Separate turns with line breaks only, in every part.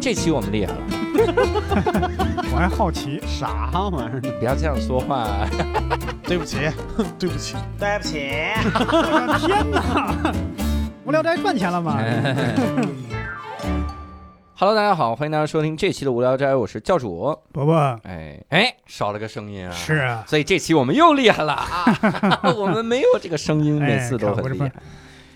这期我们厉害了，
我还好 奇，
啥玩意儿？
你不要这样说话。
对不起，对不起，
对不起，
我的天哪！无聊斋赚钱 了吗？
Hello，大家 好，欢迎大家收听这期的无聊斋，我是教主。
伯伯
哎哎，少了个声音啊，
是，啊，
所以这期我们又厉害 了啊！我们没有这个声音，
哎
每次都
看我
很
这
厉
不
害，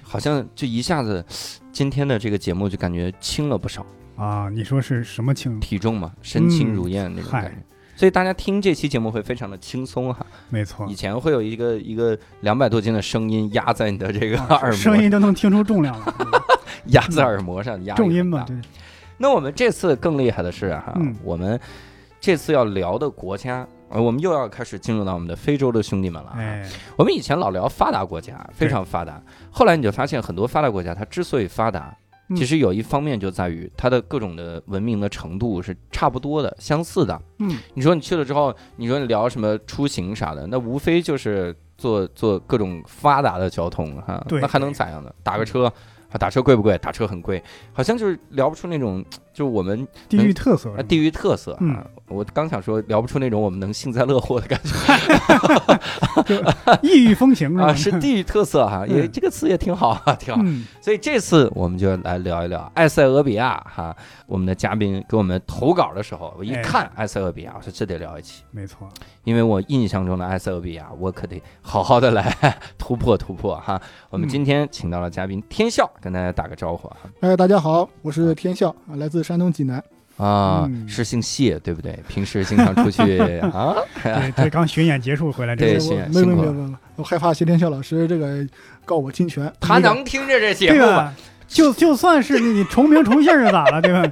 好像就一下子，今天的这个节目就感觉轻了不少，
啊，你说是什么情？
体重嘛，身轻如燕那种感觉。所以大家听这期节目会非常的轻松哈，
没错
以，前会有一个一个两百多斤的声音压在你的这个
啊
耳膜，
声音都能听出重量了，
压在耳膜上，压力
重
很
音嘛，
大
这
那我们这次更厉害的是哈、
嗯
我们这次要聊的国家，呃，我们又要开始进入到我们的非洲的兄弟们了、啊。
哎，
我们以前老聊发达国家，非常发达，后来你就发现很多发达国家它之所以发达，
嗯
其实有一方面就在于它的各种的文明的程度是差不多的、相似的。
嗯，
你说你去了之后，你说你聊什么出行啥的，那无非就是坐坐各种发达的交通哈、
对
那还能咋样呢？打个车。啊打车贵不贵？打车很贵，好像就是聊不出那种，就是我们
地域特色
啊，地域特色啊！
嗯
我刚想说聊不出那种我们能幸灾乐祸的感觉
异域风情是
啊，
吧？
是地域特色哈、也、
嗯
这个词也挺好啊，挺好。
嗯，
所以这次我们就来聊一聊埃塞俄比亚哈、我们的嘉宾给我们投稿的时候，我一
哎
看埃塞俄比亚，我说这得聊一期，
没错，
因为我印象中的埃塞俄比亚，我可得好好的来 突破突破哈、我们
嗯
今天请到了嘉宾天笑，跟大家打个招呼啊。
哎，大家好，我是天笑啊，来自山东济南。
啊，
嗯
是姓谢对不对？平时经常出去 啊，
对，这刚巡演结束回来，
对
这
哎
是
谢
我没
辛
有
苦
没有没
了
有没有，我害怕谢天笑老师这个告我侵权。
他
那个
能听着这节
对
目啊吗？
啊
吧？就就算是你你重名重姓是咋了，对吧？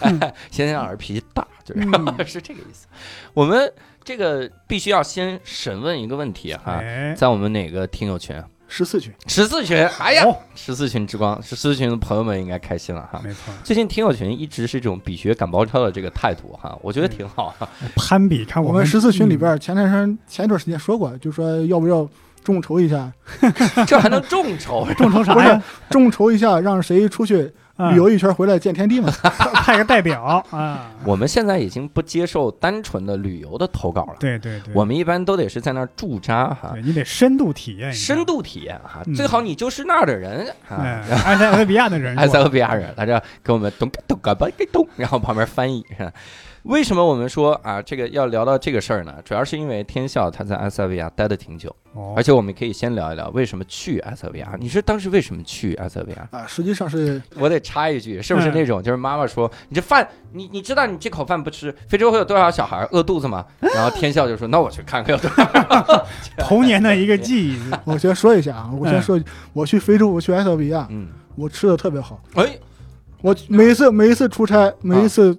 嗯
先让耳皮大，就是、
嗯
是这个意思。我们这个必须要先审问一个问题哈，
哎，
啊在我们哪个听友群啊？
十四群，
十四群，哎呀，
好，
十四群之光，十四群的朋友们应该开心了哈。
没错，
最近听友群一直是这种比学赶包车的这个态度哈，我觉
嗯
得挺好。啊
攀比，看
我
们嗯
们十四群里边前段时间前一段时间说过，就说要不要众筹一下，
这还能众筹？
嗯众筹啥
不是
呀？
众筹一下让谁出去
啊
旅游一圈回来见天地嘛？
派个代表 啊，
我们现在已经不接受单纯的旅游的投稿了，
对对对，
我们一般都得是在那儿驻扎哈，
对你得深度体验一下，
啊深度体验哈，
嗯
最好你就是那儿的人
哎
啊，，
埃塞俄比亚的人
埃塞
是吧
俄比亚人，他这给我们咚咚嘎巴给咚，然后旁边翻译。为什么我们说啊，这个要聊到这个事儿呢？主要是因为天笑他在埃塞俄比亚待的挺久，
哦
而且我们可以先聊一聊为什么去埃塞俄比亚。你是当时为什么去埃塞俄比亚？
啊，实际上是
我得插一句，是不是
嗯
那种就是妈妈说你这饭，你你知道你这口饭不吃，非洲会有多少小孩饿肚子吗？然后天笑就说那我去看看有多少。
童年的一个记忆，
我先说一下啊，我先说，我去非洲，我去埃塞俄比亚，
嗯，
我吃的特别好，
哎，
我每一次每一次出差，每一次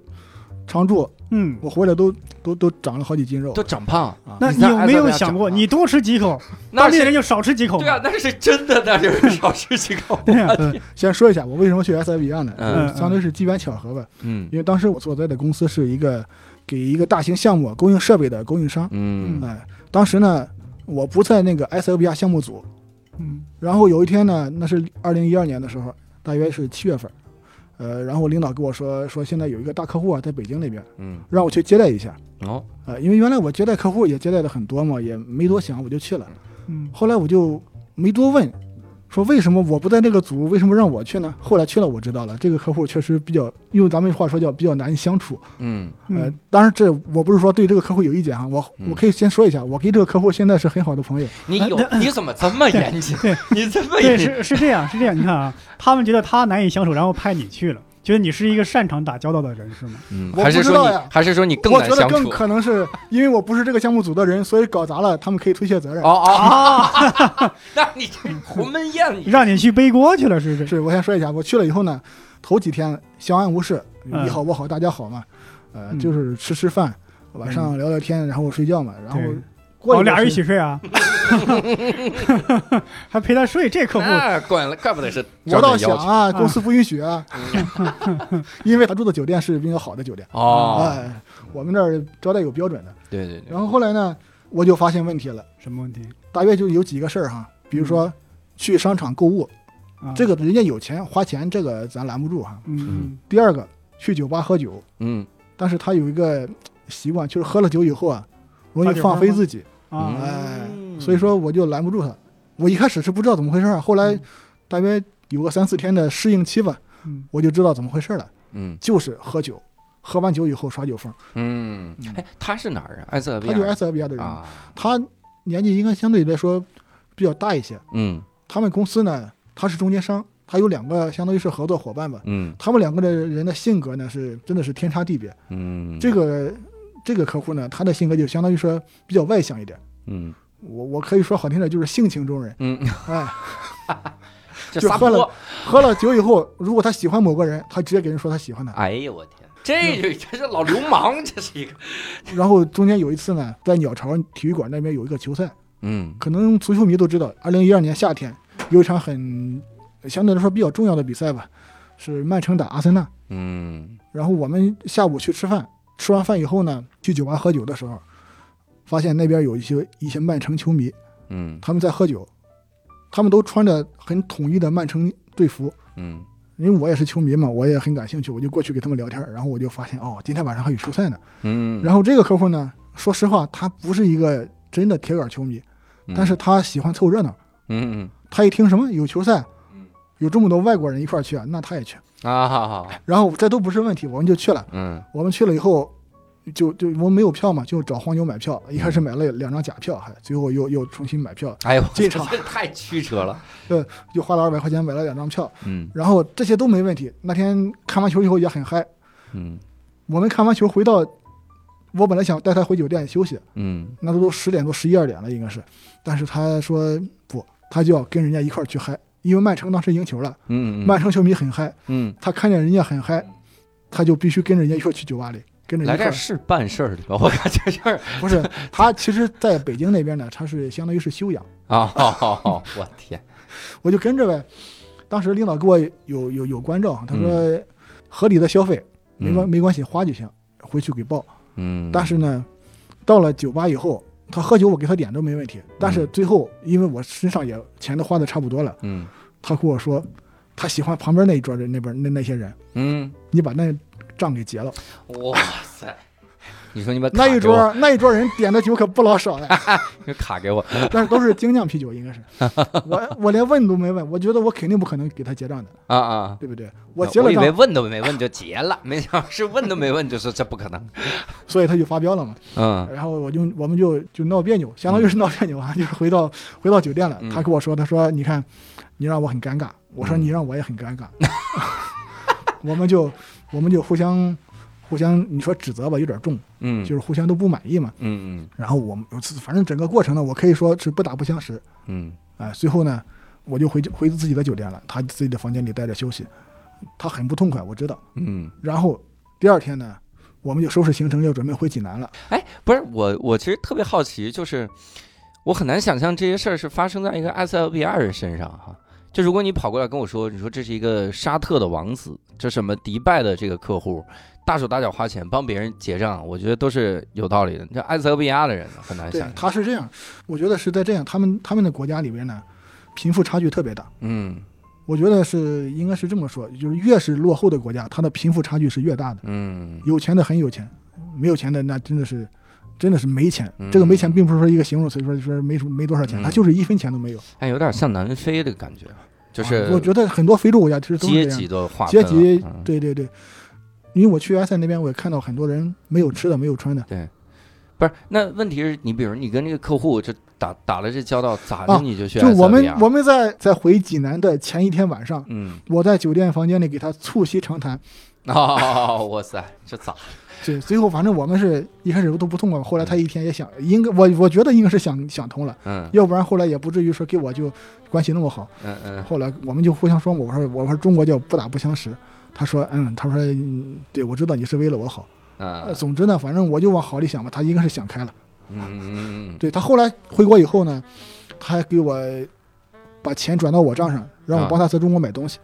常住，
嗯，
我回来都都都长了好几斤肉
都。长胖啊。
那
你
你
在
有
埃
没
塞
哎
俄比
有
亚长
想
啊
过，
胖
你多吃几口，
那
当地
是
人就少吃几口？
对啊，，那是真的，那就是少吃 几口。
对啊，
嗯，先说一下我为什么去埃塞俄比亚呢？
嗯
相当于是机缘巧合吧。
嗯
因为当时我所在的公司是一个给一个大型项目供应设备的供应商，
嗯
哎、当时呢，我不在那个埃塞俄比亚项目组，
嗯
然后有一天呢，那是二零一二年的时候，大约是七月份，呃，然后领导跟我说说现在有一个大客户啊在北京那边，
嗯，
让我去接待一下，
哦，
呃，因为原来我接待客户也接待的很多嘛，也没多想我就去了，
嗯，
后来我就没多问。说为什么我不在这个组？为什么让我去呢？后来去了，我知道了，这个客户确实比较，用咱们话说叫比较难相处。
嗯
呃
嗯，
当然这我不是说对这个客户有意见啊，我
嗯
我可以先说一下，我跟这个客户现在是很好的朋友，
你有你怎么这么严谨
对？
你这么
对，
严谨？
是是这样，是这样。你看啊，他们觉得他难以相处，然后派你去了，觉得你是一个擅长打交道的人，是吗？
嗯
我
还是
不知
说
道
你
呀
还是说你更
我
难
觉得
相
更
处？
可能是因为我不是这个项目组的人，所以搞砸了，他们可以推卸责任。
哦哦，
啊
那你这鸿门宴 你
让你去背锅去了，是哦不是？
是我先说一下，我去了以后呢，头几天相安无事，
嗯
你好我好大家好嘛，呃，
嗯
就是吃吃饭，晚上聊聊天，然后睡觉嘛，然后
对
过
哦，
一段
俩人一
时间
起睡啊， 还陪他睡，这客户
那怪了，怪不得是
我倒
专门要
想
求
嗯
啊，公司不允许啊，因为他住的酒店是比较好的酒店，
哦，
哎，我们这儿招待有标准的。
对对对，
然后后来呢，我就发现问题了。
什么问题
大约就有几个事儿哈，比如说去商场购物，
啊？
这个人家有钱花钱，这个咱拦不住哈。
嗯，嗯
第二个，去酒吧喝酒，
嗯
但是他有一个习惯，就是喝了酒以后啊，容易放飞自己，
啊，
哎
嗯
所以说我就拦不住他。我一开始是不知道怎么回事儿，啊后来
嗯
大约有个三四天的适应期吧，
嗯，
我就知道怎么回事儿了，
嗯
就是喝酒，喝完酒以后耍酒疯。
嗯，哎，他是哪儿啊？埃塞俄比
他就是埃
亚
塞俄比亚的人，
啊，
他年纪应该相对来说比较大一些。
嗯
他们公司呢，他是中间商，他有两个相当于是合作伙伴吧。
嗯
他们两个的人的性格呢，是真的是天差地别。
嗯，
这个这个客户呢，他的性格就相当于说比较外向一点。
嗯
我我可以说好听点，就是性情中人。
嗯，
哎，
这
就
撒
喝了
泼，
喝了酒以后，如果他喜欢某个人，他直接给人说他喜欢他。
哎呦我天，
嗯
这就这是老流氓，这是 一个，
然后中间有一次呢，在鸟巢体育馆那边有一个球赛，
嗯
可能足球迷都知道，二零一二年夏天有一场很相对来说比较重要的比赛吧，是曼城打阿森纳。
嗯
然后我们下午去吃饭，吃完饭以后呢，去酒吧喝酒的时候，发现那边有一些一些曼城球迷，
嗯
他们在喝酒，他们都穿着很统一的曼城队服。
嗯
因为我也是球迷嘛，我也很感兴趣，我就过去给他们聊天，然后我就发现哦，今天晚上还有球赛呢。
嗯，
然后这个客户呢，说实话，他不是一个真的铁杆球迷，
嗯
但是他喜欢凑热闹。
嗯
他一听什么有球赛
嗯，
有这么多外国人一块儿去啊，那他也去。
嗯啊好好，好
然后这都不是问题，我们就去了。
嗯
我们去了以后，就就我们没有票嘛，就找黄牛买票。一开始买了两张假票，还最后又又重新买票，
哎呦，
这场
这太曲折了，
又花了二百块钱买了两张票。
嗯
然后这些都没问题。那天看完球以后也很嗨。
嗯
我们看完球回到，我本来想带他回酒店休息，
嗯
那都都十点多、十一二点了，应该是。但是他说不，他就要跟人家一块儿去嗨，因为曼城当时赢球了，
嗯
曼城球迷很嗨，
嗯，
他看见人家很嗨，他就必须跟着人家一块儿去酒吧里，跟着人
来这儿
家一块儿。
是办事儿的吧？我感觉就是
不是，他其实在北京那边呢，他是相当于是休养，
啊，好好好，我天，
我就跟着呗。当时领导给我有有有关照啊，他说合理的消费没关
嗯
没关系，花就行，回去给报。
嗯，
但是呢，到了酒吧以后，他喝酒我给他点都没问题，但是最后因为我身上也钱都花的差不多了，
嗯
他跟我说他喜欢旁边那一桌人那边那那些人，
嗯，
你把那账给结了。
哇塞，你说你把
那
卡
一
给我
桌那一桌人点的酒可不老少呀。
你卡给我，
但是都是精酿啤酒， 应该是。我我连问都没问，我觉得我肯定不可能给他结账的，
啊啊！
对不对？
我
我结了
以为
账，
问都没问就结了，没想到是问都没问就说这不可能。
所以他就发飙了嘛。
嗯
然后我就我们就就闹别扭，相当于是闹别扭啊， 就是回到回到酒店了
嗯。
他跟我说，他说你看，你让我很尴尬，我说
嗯
你让我也很尴尬。 我们就我们就互相互相，你说指责吧，有点重，
嗯，
就是互相都不满意嘛。
嗯
然后我们反正整个过程呢，我可以说是不打不相识。
嗯嗯
哎，随后呢，我就回回自己的酒店了，他自己的房间里待着休息，他很不痛快，我知道。
嗯。
然后第二天呢，我们就收拾行程，要准备回济南了。
哎，不是我，我其实特别好奇，就是我很难想象这些事儿是发生在一个埃塞俄比亚人身上哈。就如果你跑过来跟我说，你说这是一个沙特的王子，这什么迪拜的这个客户，大手大脚花钱帮别人结账，我觉得都是有道理的。这埃塞俄比亚的人呢很难
对
想，象。
他是这样，我觉得是在这样，他们他们的国家里边呢，贫富差距特别大。
嗯
我觉得是应该是这么说，就是越是落后的国家，它的贫富差距是越大的。
嗯
有钱的很有钱，没有钱的那真的是，真的是没钱。
嗯
这个没钱并不是说一个形容词，说说没什么没多少钱，
嗯
他就是一分钱都没有。
哎，有点像南非的感觉，就是
啊我觉得很多非洲国家其实都是这
阶
样的。
级的划分
阶
了。
级
嗯，
对对对，因为我去埃塞那边，我也看到很多人没有吃的，没有穿的。
不是，那问题是你，比如你跟这个客户这打打了这交道，咋
啊
的你就去
就
埃塞
我
俄比
们
亚？
我们在在回济南的前一天晚上，
嗯，
我在酒店房间里给他促膝长谈，
哦，哇塞，这咋
对，最后反正我们是一开始都不痛快，后来他一天也想，应该我我觉得应该是想想通了，
嗯
要不然后来也不至于说跟我就关系那么好。
嗯嗯
后来我们就互相说，我说我说中国叫不打不相识。他说，嗯，他说，嗯对我知道你是为了我好。呃
嗯
总之呢，反正我就往好里想吧。他应该是想开了。
嗯嗯
对他后来回国以后呢，他还给我把钱转到我账上，让
啊
我帮他在中国买东西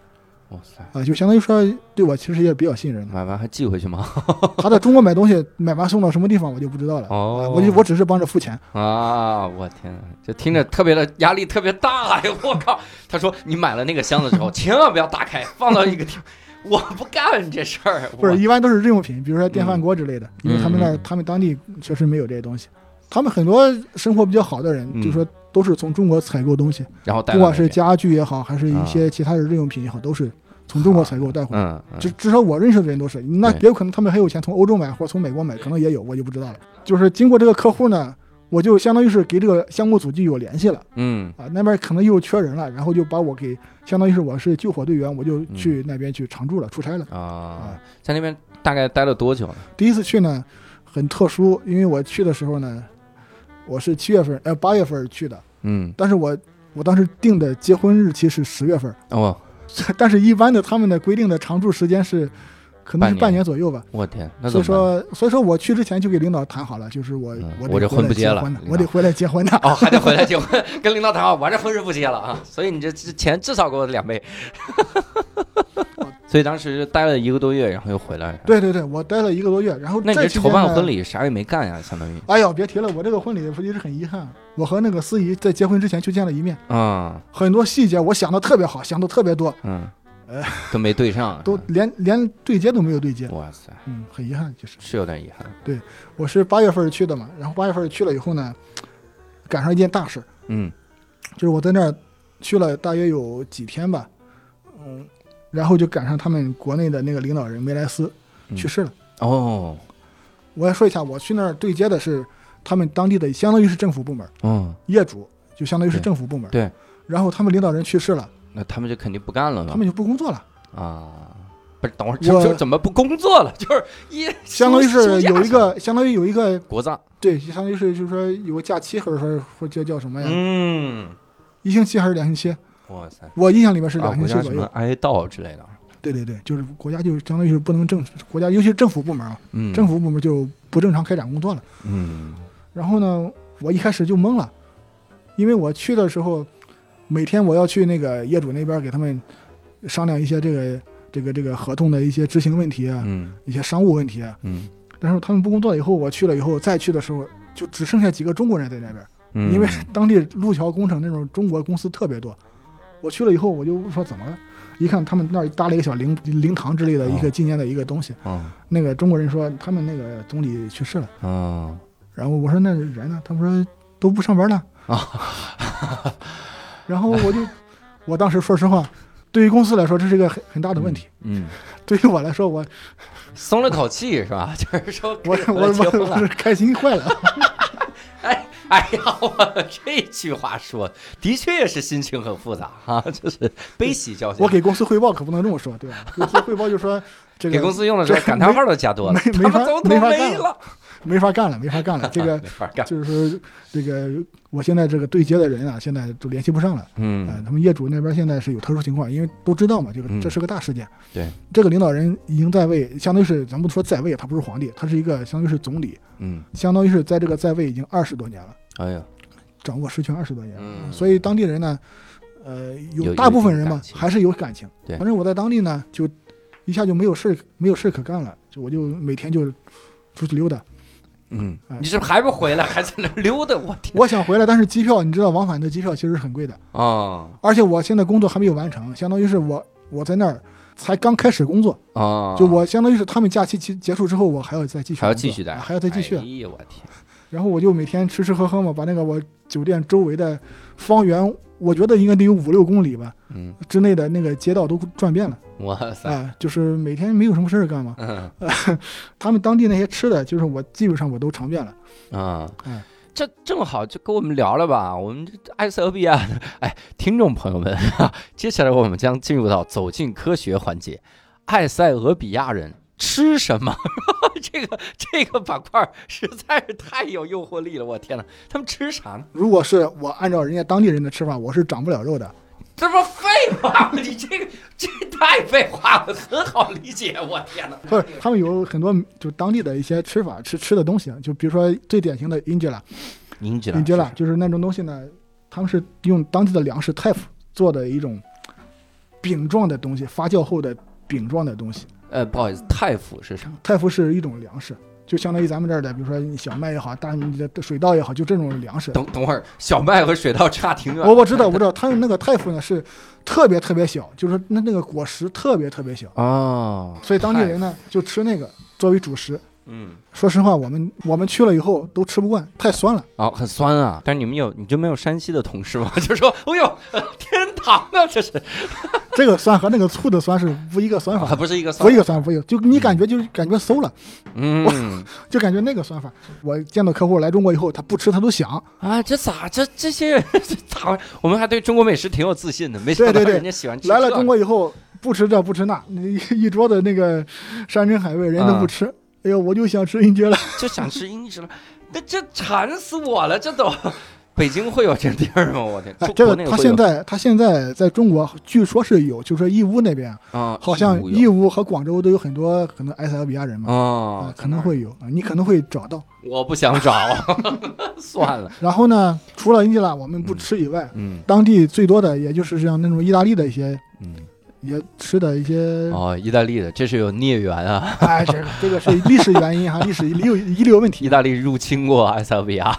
嗯，哇塞，
啊、就相当于说对我其实也比较信 任的。
买完还寄回去吗？
他在中国买东西，买完送到什么地方我就不知道了。啊
哦
我就我只是帮着付钱，
啊，我天哪，这听着特别的压 力特别大呀！我靠，他说你买了那个箱子之后，千万不要打开，放到一个地。我不干这事儿，
不是，
我
一般都是日用品，比如说电饭锅之类的，因为他们那儿
嗯嗯
他们当地确实没有这些东西。他们很多生活比较好的人，
嗯
就说都是从中国采购东西，
然后带
不
到
管
那
是
边，
家具也好，还是
啊
一些其他的日用品也好，都是从中国采购带回来。
嗯，嗯
至至少我认识的人都是，那也
对
有可能他们很有钱，从欧洲买或者从美国买，可能也有，我就不知道了。就是经过这个客户呢，我就相当于是给这个项目组就有联系了。
嗯
啊，那边可能又缺人了，然后就把我给，相当于是我是救火队员，我就
嗯
去那边去常住了，出差了。
啊
啊，
在那边大概待了多久呢？
第一次去呢，很特殊，因为我去的时候呢，我是七月份，呃八月份去的，
嗯，
但是我我当时定的结婚日期是十月份，
哦，
但是一般的他们的规定的常住时间是，可能是
半
半
年
年左右吧。
我天，那怎
所以
么办？
说，所以说我去之前就给领导谈好了，就是我、
嗯
我
我这
得
婚
回来
不结
结
了
婚的
领
我得
导
回来结婚的。
哦，还得回来结婚，跟领导谈好，我这婚是不结了啊，所以你这这钱至少给我两 倍。所以当时待了一个多月，然后又回来。，
对对对，我待了一个多月，然后
那你
这
这
期
筹
间
办
呢
婚礼啥也没干呀，相当于
哎呦，别提了，我这个婚礼一直很遗憾。我和那个司仪在结婚之前就见了一面，
啊，
很多细节我想的特别好，想的特别多，
嗯
呃，
都没对上，啊
都连连对接都没有对接。
哇塞，
嗯，很遗憾，就是
是有点遗憾。
我是八月份去的嘛，然后八月份去了以后呢，赶上一件大事，
嗯
就是我在那儿去了大约有几天吧，嗯，然后就赶上他们国内的那个领导人梅莱斯
嗯
去世了。
哦，
我要说一下，我去那儿对接的是他们当地的，相当于是政府部门，
嗯，
业主就相当于是
对
政府部门。
对。
然后他们领导人去世了。
那他们就肯定不干了吧
他？们就不工作了，
啊，不是，等会儿
我
就就怎么不工作了？就是一
相当于
休
是
假
有一个，相当于有一个
国葬，
对，相当于是就是说有个假期，或者说或者叫叫什么呀，
嗯，
一星期还是两星期？
哇塞，
我印象里面是
啊，
两
国
星
家
期
什
左
么
右。
哀悼之类的，
对对对，就是国家就相当于是不能正国家，尤其是政府部门啊，
嗯，
政府部门就不正常开展工作了。
嗯
然后呢，我一开始就懵了，因为我去的时候，每天我要去那个业主那边给他们商量一些这个这个这个合同的一些执行问题啊，
嗯
一些商务问题啊。
嗯
但是他们不工作以后，我去了以后再去的时候，就只剩下几个中国人在那边，
嗯，
因为当地路桥工程那种中国公司特别多。我去了以后，我就说怎么了？一看他们那儿搭了一个小灵灵堂之类的一
哦
个纪念的一个东西，
嗯
那个中国人说他们那个总理去世了，
嗯
然后我说那人呢？他们说都不上班了啊。 然后我就，我当时说实话，对于公司来说这是一个很很大的问题，
嗯，
对于我来说我
松了口气是吧？ 就是说
我
可以
我
回来结婚
我我
了
是。开心坏了。
哎哎呀，我这句话说的确是心情很复杂哈、就是悲喜交加。
我给公司汇报可不能这么说，对吧？公司汇报就说这
给公
个
司用的时候
这
感叹号都加多了，
没没
他
法
们总统
没法
没
干了
了，
没法干了，没法 干了。这个
没法干。
就是说，这个我现在这个对接的人啊，现在都联系不上了。呃
嗯，
他们业主那边现在是有特殊情况，因为都知道嘛，这个
嗯
这是个大事件。
对，
这个领导人已经在位，相当于是咱不说在位，他不是皇帝，他是一个相当于是总理，
嗯，
相当于是在这个在位已经二十多年了，
哎呀，
掌握实权二十多年了。
嗯，
啊所以当地人呢，呃，
有
有大部分人
有
嘛
感情
还是有感情。
对
反正我在当地呢，就一下就没有事儿没有事儿可干了，就我就每天就出去溜达。
嗯
哎，
你是不是还不回来，还在那溜达？我天
我想回来，但是机票你知道，往返的机票其实是很贵的，
啊
而且我现在工作还没有完成，相当于是我我在那儿才刚开始工作，
啊！
就我相当于是他们假期结结束之后，我还要再继续
还要
工
继
作
续待，
啊还要再继续
哎。呀，我 天，
然后我就每天吃吃喝喝嘛，把那个我酒店周围的方圆，我觉得应该得有五六公里吧
嗯，
之内的那个街道都转遍了。
哇
啊、
塞，
就是每天没有什么事儿干嘛。
嗯
他们当地那些吃的，就是我基本上我都尝遍了。
啊
哎。
这正好就跟我们聊了吧，我们这埃塞俄比亚的哎，听众朋友们，接下来我们将进入到走进科学环节，埃塞俄比亚人吃什么？ 这个这个板块儿实在是太有诱惑力了，我天哪，他们吃啥呢？
如果是我按照人家当地人的吃法，我是长不了肉
哎
的。
这不废话吗？你这个这太废话了，很好理解。我天哪！
不是，他们有很多就当地的一些吃法，吃吃的东西，啊就比如说最典型的 injera，injera
您觉
啊就是那种东西呢，他们是用当地的粮食 t 做的一种饼状的东西，发酵后的饼状的东西。
呃，不好意思，太傅是啥？
太傅是一种粮食，就相当于咱们这儿的，比如说小麦也好，大米的水稻也好，就这种粮食。
等等会儿，小麦和水稻差挺远
我我知道，我知道，它那个太傅呢是特别特别小，就是那那个果实特别特别小，
哦，
所以当地人呢就吃那个作为主食。
嗯，
说实话，我们我们去了以后都吃不惯，太酸了。
哦，很酸啊。但是你们有你就没有山西的同事吗？ 就说，哎呦，呃天堂啊，这是，
这个酸和那个醋的酸是不一个酸
啊还
法，
不是一个
不
酸
一。个酸，不一个，就你感觉就是感觉馊了，
嗯，
就感觉那个酸法。我见到客户来中国以后，他不吃他都想，
啊，这咋这这些人这咋玩意儿？我们还对中国美食挺有自信的，没想到
对对对
人家喜欢吃
来了
这
中国以后不吃这不吃那，一 一桌的那个山珍海味人都不吃。
啊
哎呦，我就想吃印觉了。
就想吃英式了，那这馋死我了，这都。 北京会有这地儿吗？我天，
哎
中，
这
国
个
内
他
会
现
有
在他现在在中国据说是有，就说义乌那边
啊，
好像
义
义
乌
乌和广州都有很多可能埃塞俄比亚人
有
嘛，
啊
啊，可能会有啊，你可能会找到。
我不想 找， 算了。
然后呢，除了英吉拉我们不吃以外，
嗯
当地最多的也就是像那种意大利的一些
嗯，
也吃的一些，
哦，意大利的，这是有孽缘 啊！
哎，这个这个是历史原因哈，历史遗留遗留问
意
题。
大利入侵过埃塞俄比亚，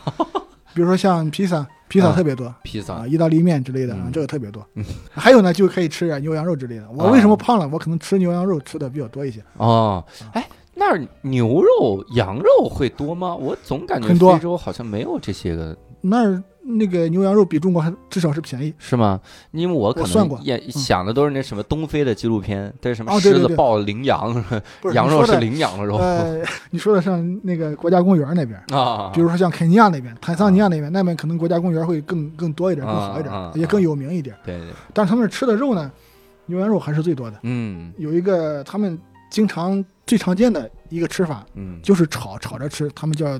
比如说像披萨，披萨特别多
披萨
啊，意大利面之类的啊
嗯，
这个特别多
嗯。啊
还有呢，就可以吃点牛羊肉之类的。我为什么胖了？我可能吃牛羊肉吃的比较多一些，
哦，哎，那儿牛肉、羊肉会多吗？我总感觉
很多
非洲好像没有这些个，
那儿那个牛羊肉比中国还至少是便宜。
是吗？因为我可
我算
能
过嗯
也想的都是那什么东非的纪录片，对什么
哦对
狮
对
子
对
抱羚羊，
不是
羊
你
肉
说
是
的
羚羊的肉
呃，你说的像那个国家公园那边，
啊，
比如说像肯尼亚那边、坦桑尼亚那边，那边可能国家公园会更更多一点，
啊
更好一
啊
点，也更有名一点。
对对，对
但是他们吃的肉呢，牛羊肉还是最多的。
嗯
有一个他们经常最常见的一个吃法，
嗯，
就是炒炒着吃，他们叫，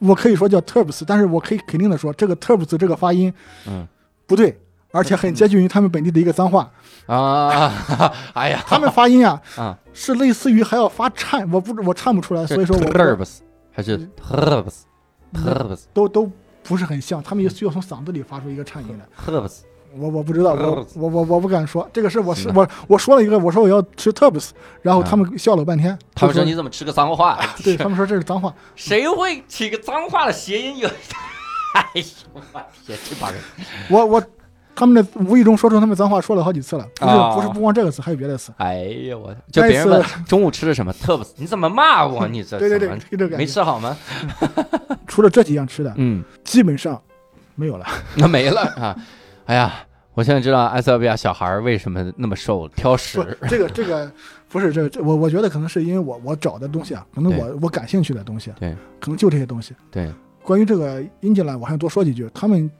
我可以说叫 turbs，但是我可以肯定的说，这个 turbs 这个发音
嗯
不对，而且很接近于他们本地的一个 脏话，
啊，哎呀，
他们发音啊
啊
是类似于还要发颤，我不我唱不出来，所 以说我
herbs 还是 herbs
嗯
herbs
都都不是很像，他们也需要从嗓子里发出一个颤 音来。
herbs
我我不知道， 我
Turbs
我我我不敢说这个事，我是
行
我我说了一个，我说我要吃 turbs，然后
啊
他们笑了半天，
他们
就
说你怎么吃个脏话？
对他们说这是脏话，
谁会起个脏话的谐音有？ 哎呦我天，这帮人
我我他们的无意中说出他们脏话说了好几次了，不是、
啊
不是不光这个词，还有别的词。
哎呀我天，就别人问中午吃的什么特不，你怎么骂我？你这
对对对
怎么，
就这个
没
感觉。
吃好吗？
除了这几样吃的，
嗯，
基本上没有了。
那没了啊！哎呀，我现在知道埃塞俄比亚小孩儿为什么那么瘦，挑
不
食。，
这个这个不是这这我我觉得可能是因为我我找的东西啊，可能我我感兴趣的东西，啊
对，
可能就这些东西。
对，
关于这个英吉兰，我还多说几句。他们，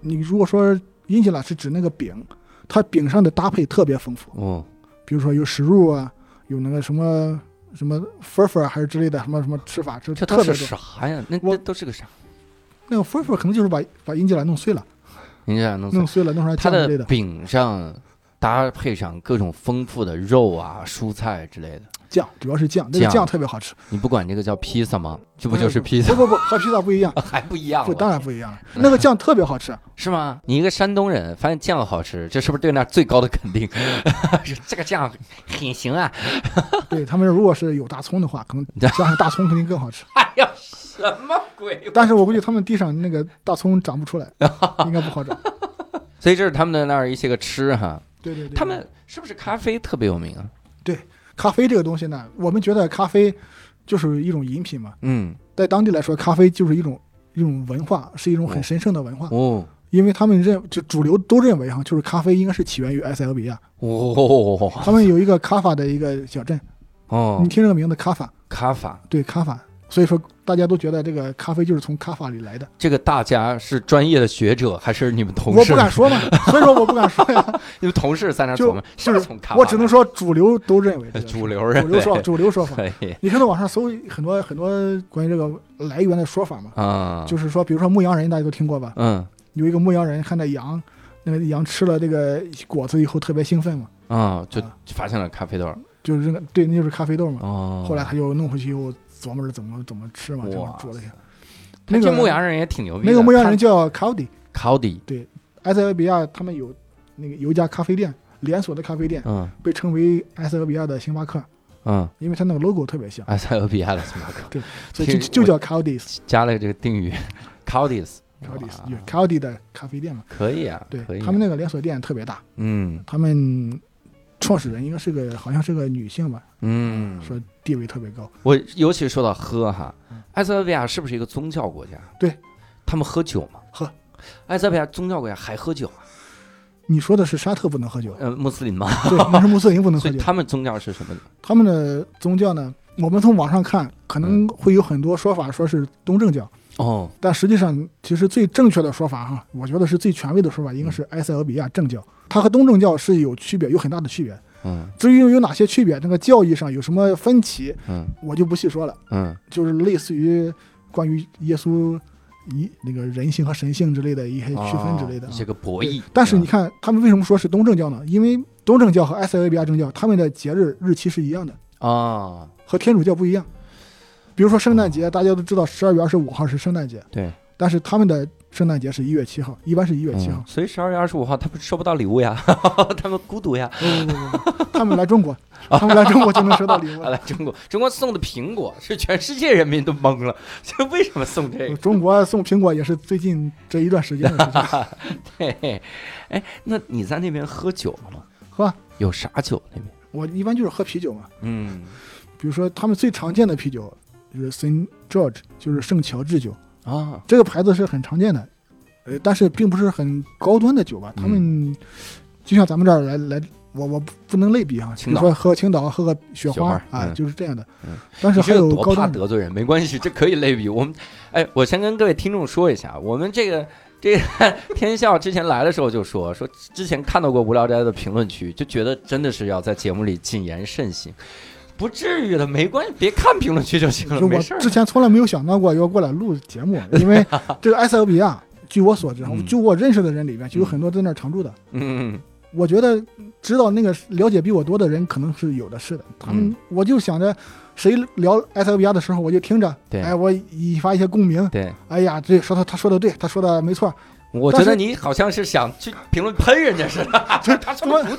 你如果说英吉兰是指那个饼，它饼上的搭配特别丰富，
哦，
比如说有食肉啊，有那个什么什么 f u r f u r 还是之类的什么什么吃法，就
这
特
都
别
是
多。
啥哎呀？那
我
那都是个啥？
那个 f u r f u r 可能就是把把英吉兰弄碎了。
您这样弄死
弄碎了，弄成
它
酱之类
的
的
饼上搭配上各种丰富的肉啊、蔬菜之类的。
酱，主要是酱，那个
酱
酱特别好吃。
你不管这个叫披萨吗？这不就是
不
披萨？
不不，和披萨不 一样，
还不一样
哎不，
了，
当然不一样了。那个酱特别 好吃，
是吗？你一个山东人，发现酱好吃，这是不是对那儿最高的肯 定？这个酱很行啊！
对他们如果是有大葱的话， 可能加上大葱肯定更好吃。
哎呀，什么鬼？
但是我估计他们地上那个大葱长不出来，应该不好找。
所以这是他们的那儿一些个吃哈，
对对对，
他们是不是咖啡特别有名啊？
咖啡这个东西呢，我们觉得咖啡就是一种饮品嘛，
嗯，
在当地来说，咖啡就是一种一种文化，是一种
哦
很神圣的文化，
哦。
因为他们认就主流都认为哈，就是咖啡应该是起源于埃塞俄比亚，
哦
他们有一个卡法的一个小镇，
哦
你，听这个名字卡法，
卡法
对咖法，所以说大家都觉得这个咖啡就是从咖法里来的。
这个大家是专业的学者还是你们同
我
事？
不敢说嘛，所以说我不敢说 呀，
你们同事在那儿
就
琢磨，
就是
从卡法
我只能
来
说主流都认为这 个
主
是
流人
主流说
对
主流说法。
可以
你看到网上搜很多很多关于这个来源的说法嘛，
啊，
就是说，比如说牧羊人，大家都听过吧？
嗯
有一个牧羊人看到羊，那个羊吃了这个果子以后特别兴奋嘛，
啊，就
啊
发现了咖啡豆儿
就是那个对，那就是咖啡豆嘛。
哦。
后来他就弄回去以后琢磨着怎么怎么吃嘛，这么
哇
煮了一下。
他
那个
这牧羊人也挺牛逼的，
那个牧羊人叫 c a u d i
考迪，
埃塞俄比亚他们有那个有一家咖啡店，连锁的咖啡店
嗯
被称为埃塞俄比亚的星巴克。
嗯，
因为它那个 logo 特别像，
埃塞俄比亚的斯马克，
所以就
这
就叫 Caldis
加了这个定语 c a u d i s
Caldis，就是 Caldi 的咖啡店嘛。
可以啊，
对
可以啊，
他们那个连锁店特别大，
嗯
他们创始人应该是个好像是个女性吧，
嗯，
说地位特别高。
我尤其说到喝哈
嗯，
埃塞俄比亚是不是一个宗教国家？
对，
他们喝酒吗？
喝。
埃塞俄比亚宗教国家还喝酒啊？
你说的是沙特不能喝 酒，
呃，穆斯林吗？
对，那是穆斯林不能喝
所以
酒。
他们宗教是什么呢？
他们的宗教呢，我们从网上看可
嗯
能会有很多说法，说是东正教，
哦，
但实际上其实最正确的说法哈，我觉得是最权威的说法，
嗯
应该是埃塞俄比亚正教，它和东正教是有区别，有很大的区别。
嗯
至于有哪些区别，那个教义上有什么分歧，
嗯
我就不细说了。
嗯
就是类似于关于耶稣一那个人性和神性之类的一些区分之类的、
哦
啊。
这个博弈嗯
对。但是你
吧
看，他们为什么说是东正教呢？因为东正教和埃塞俄比亚正教他们的节日日期是一样的，
啊，
和天主教不一样。比如说圣诞节，大家都知道十二月二十五号是圣诞节，
对，
但是他们的圣诞节是一月七号，一般是一月七号
嗯。所以十二月二十五号他们收不到礼物呀， 他们孤独呀。
不不不不，他们来中国，他们来中国就能收到礼 物
啊，。来中国，中国送的苹果是全世界人民都懵了，这为什么送这个？
中国送苹果也是最近这一段时间的事情。
对，哎，那你在那边喝酒了吗？
喝，啊
有啥酒那边？
我一般就是喝啤酒嘛，
嗯，
比如说他们最常见的啤酒就是 Saint George，就是圣乔治酒，
啊，
这个牌子是很常见的，呃，但是并不是很高端的酒吧。
嗯
他们就像咱们这儿来来，我我不不能类比啊哈，比
青
如
岛
说喝青岛喝个雪
雪花
花啊，
嗯
就是这样的
嗯。
但是
你
还
这个
有
多
高
怕
端的，
得罪人，没关系，这可以类比。我们，哎，我先跟各位听众说一下，我们这个这个天笑之前来的时候就说说，之前看到过无聊斋的评论区，就觉得真的是要在节目里谨言慎行，不至于的，没关系，别看评论区就行了，
就
没
我
事儿啊
之。前从来没有想到过要过来录节 目，因为这个埃塞俄比亚，啊据我所知，哈
嗯
就我认识的人里面，就
嗯
有很多在那儿常住的。
嗯，
我觉得知道那个了解比我多的人可能是有的是的。他们，
嗯
我就想着谁聊埃塞俄比啊亚的时候，我就听着，
对
哎，我引发一些共鸣。
对，
哎呀，这说他他说的对，他说的没错，
我
但
觉得
是
你好像是想去评论喷人家似的，他说的 不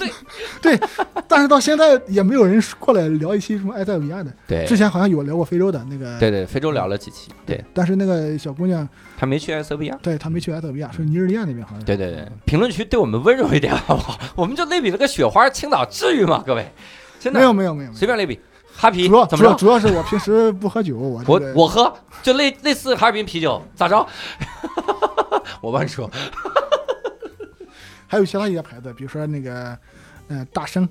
对。
但是到现在也没有人过来聊一期什么埃塞俄比亚的。
对
之前好像有聊过非洲的那个，
对对，非洲聊了几期，对
但是那个小姑娘，
他没去埃塞俄比亚。
对她没去埃塞俄比亚，是尼日利亚那边好像。
对对对，评论区对我们温柔一点好不好？我们就类比了个雪花，青岛至于吗？各位，真的
没有没有没有没有，
随便类比，哈啤
主要
怎
主
么
要
着？
主要是我平时不喝酒，我这
我
个
我喝就类类似哈尔滨啤酒，咋 着？我乱说，
还有其他一些牌子，比如说那个，呃，大生，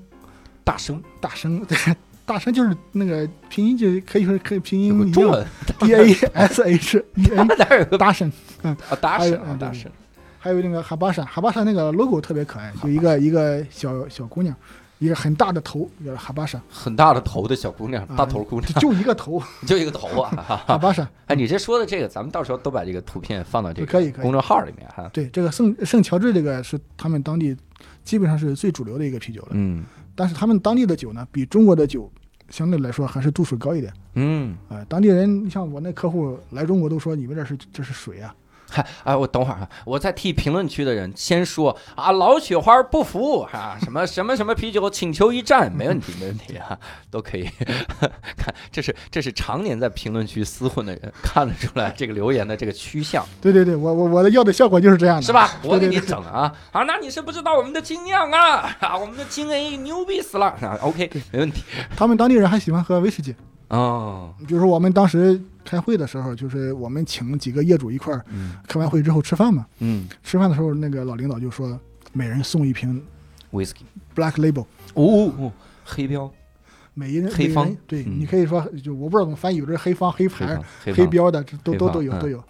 大声，
大生，对，大生就是那个拼音就可以说可以拼
有
音
个中文，
D A S H E N，
哪儿有个
大神，
啊大
哎
声
呀
啊
嗯
大
对
声？
还有那个哈巴闪，哈巴闪那个 logo 特别可爱，有一 个一个小小姑娘，一个很大的头，叫哈巴闪，
很大的头的小姑娘，
啊
大头姑娘，
就一个头，
就一个头啊！哈哈
哈巴闪。
哎，你这说的这个，咱们到时候都把这个图片放到这个
可以可以
公众号里面哈。
对，这个圣圣乔治这个是他们当地基本上是最主流的一个啤酒了，
嗯
但是他们当地的酒呢，比中国的酒相对来说还是度数高一点。
嗯，
啊、当地人，你像我那客户来中国都说你们这是这是水啊，
嗨，哎，我等会儿啊，我在替评论区的人先说啊，老雪花不服啊，什么什么什么啤酒，请求一战，没问题，没问题啊，都可以。 看，这是这是常年在评论区厮混的人看得出来这个留言的这个趋向，
对对对，我我我的要的效果就是这样的，
是？吧？我给
对
你
对
整啊啊，那你是不知道我们的精酿啊啊，我们的精 A 牛逼死了啊，OK，没问题。
他们当地人还喜欢喝威士忌，
哦，
比如说我们当时开会的时候，就是我们请几个业主一块儿
嗯
开完会之后吃饭嘛，
嗯
吃饭的时候那个老领导就说每人送一瓶
，whisky，
Black Label，
哦哦，黑标，
每一人
黑方
每人对、
嗯
你可以说就我不知道怎么翻译，有的是黑方、黑牌、
黑
黑
标。
标的，这都
黑
都
方
都有
嗯
都有。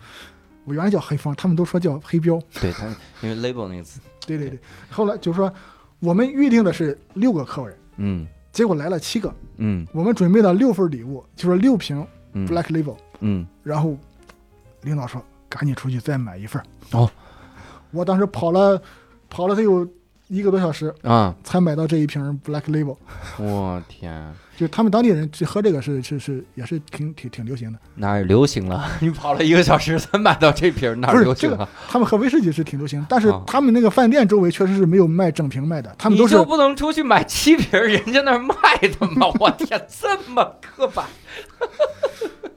我原来叫黑方，他们都说叫黑标。
对他，因为 label 那个字，
对对对，后来就说我们预定的是六个客人，
嗯
结果来了七个，
嗯
我们准备了六份礼物，就是六瓶
嗯
Black Label，、
嗯，
然后领导说赶紧出去再买一份儿。
哦，
我当时跑了跑了得有一个多小时
啊！
才买到这一瓶 Black Label，
我天，
就他们当地人去喝这个是是是也是挺挺挺流行的，
哪有流行了？ 你跑了一个小时才买到这瓶，哪有
不是
流行啊了？
他们喝威士忌是挺流行，但是
啊
他们那个饭店周围确实是没有卖整瓶卖的，他们都
你
是
就不能出去买七瓶，人家那儿卖的吗？ 我天，这么刻板？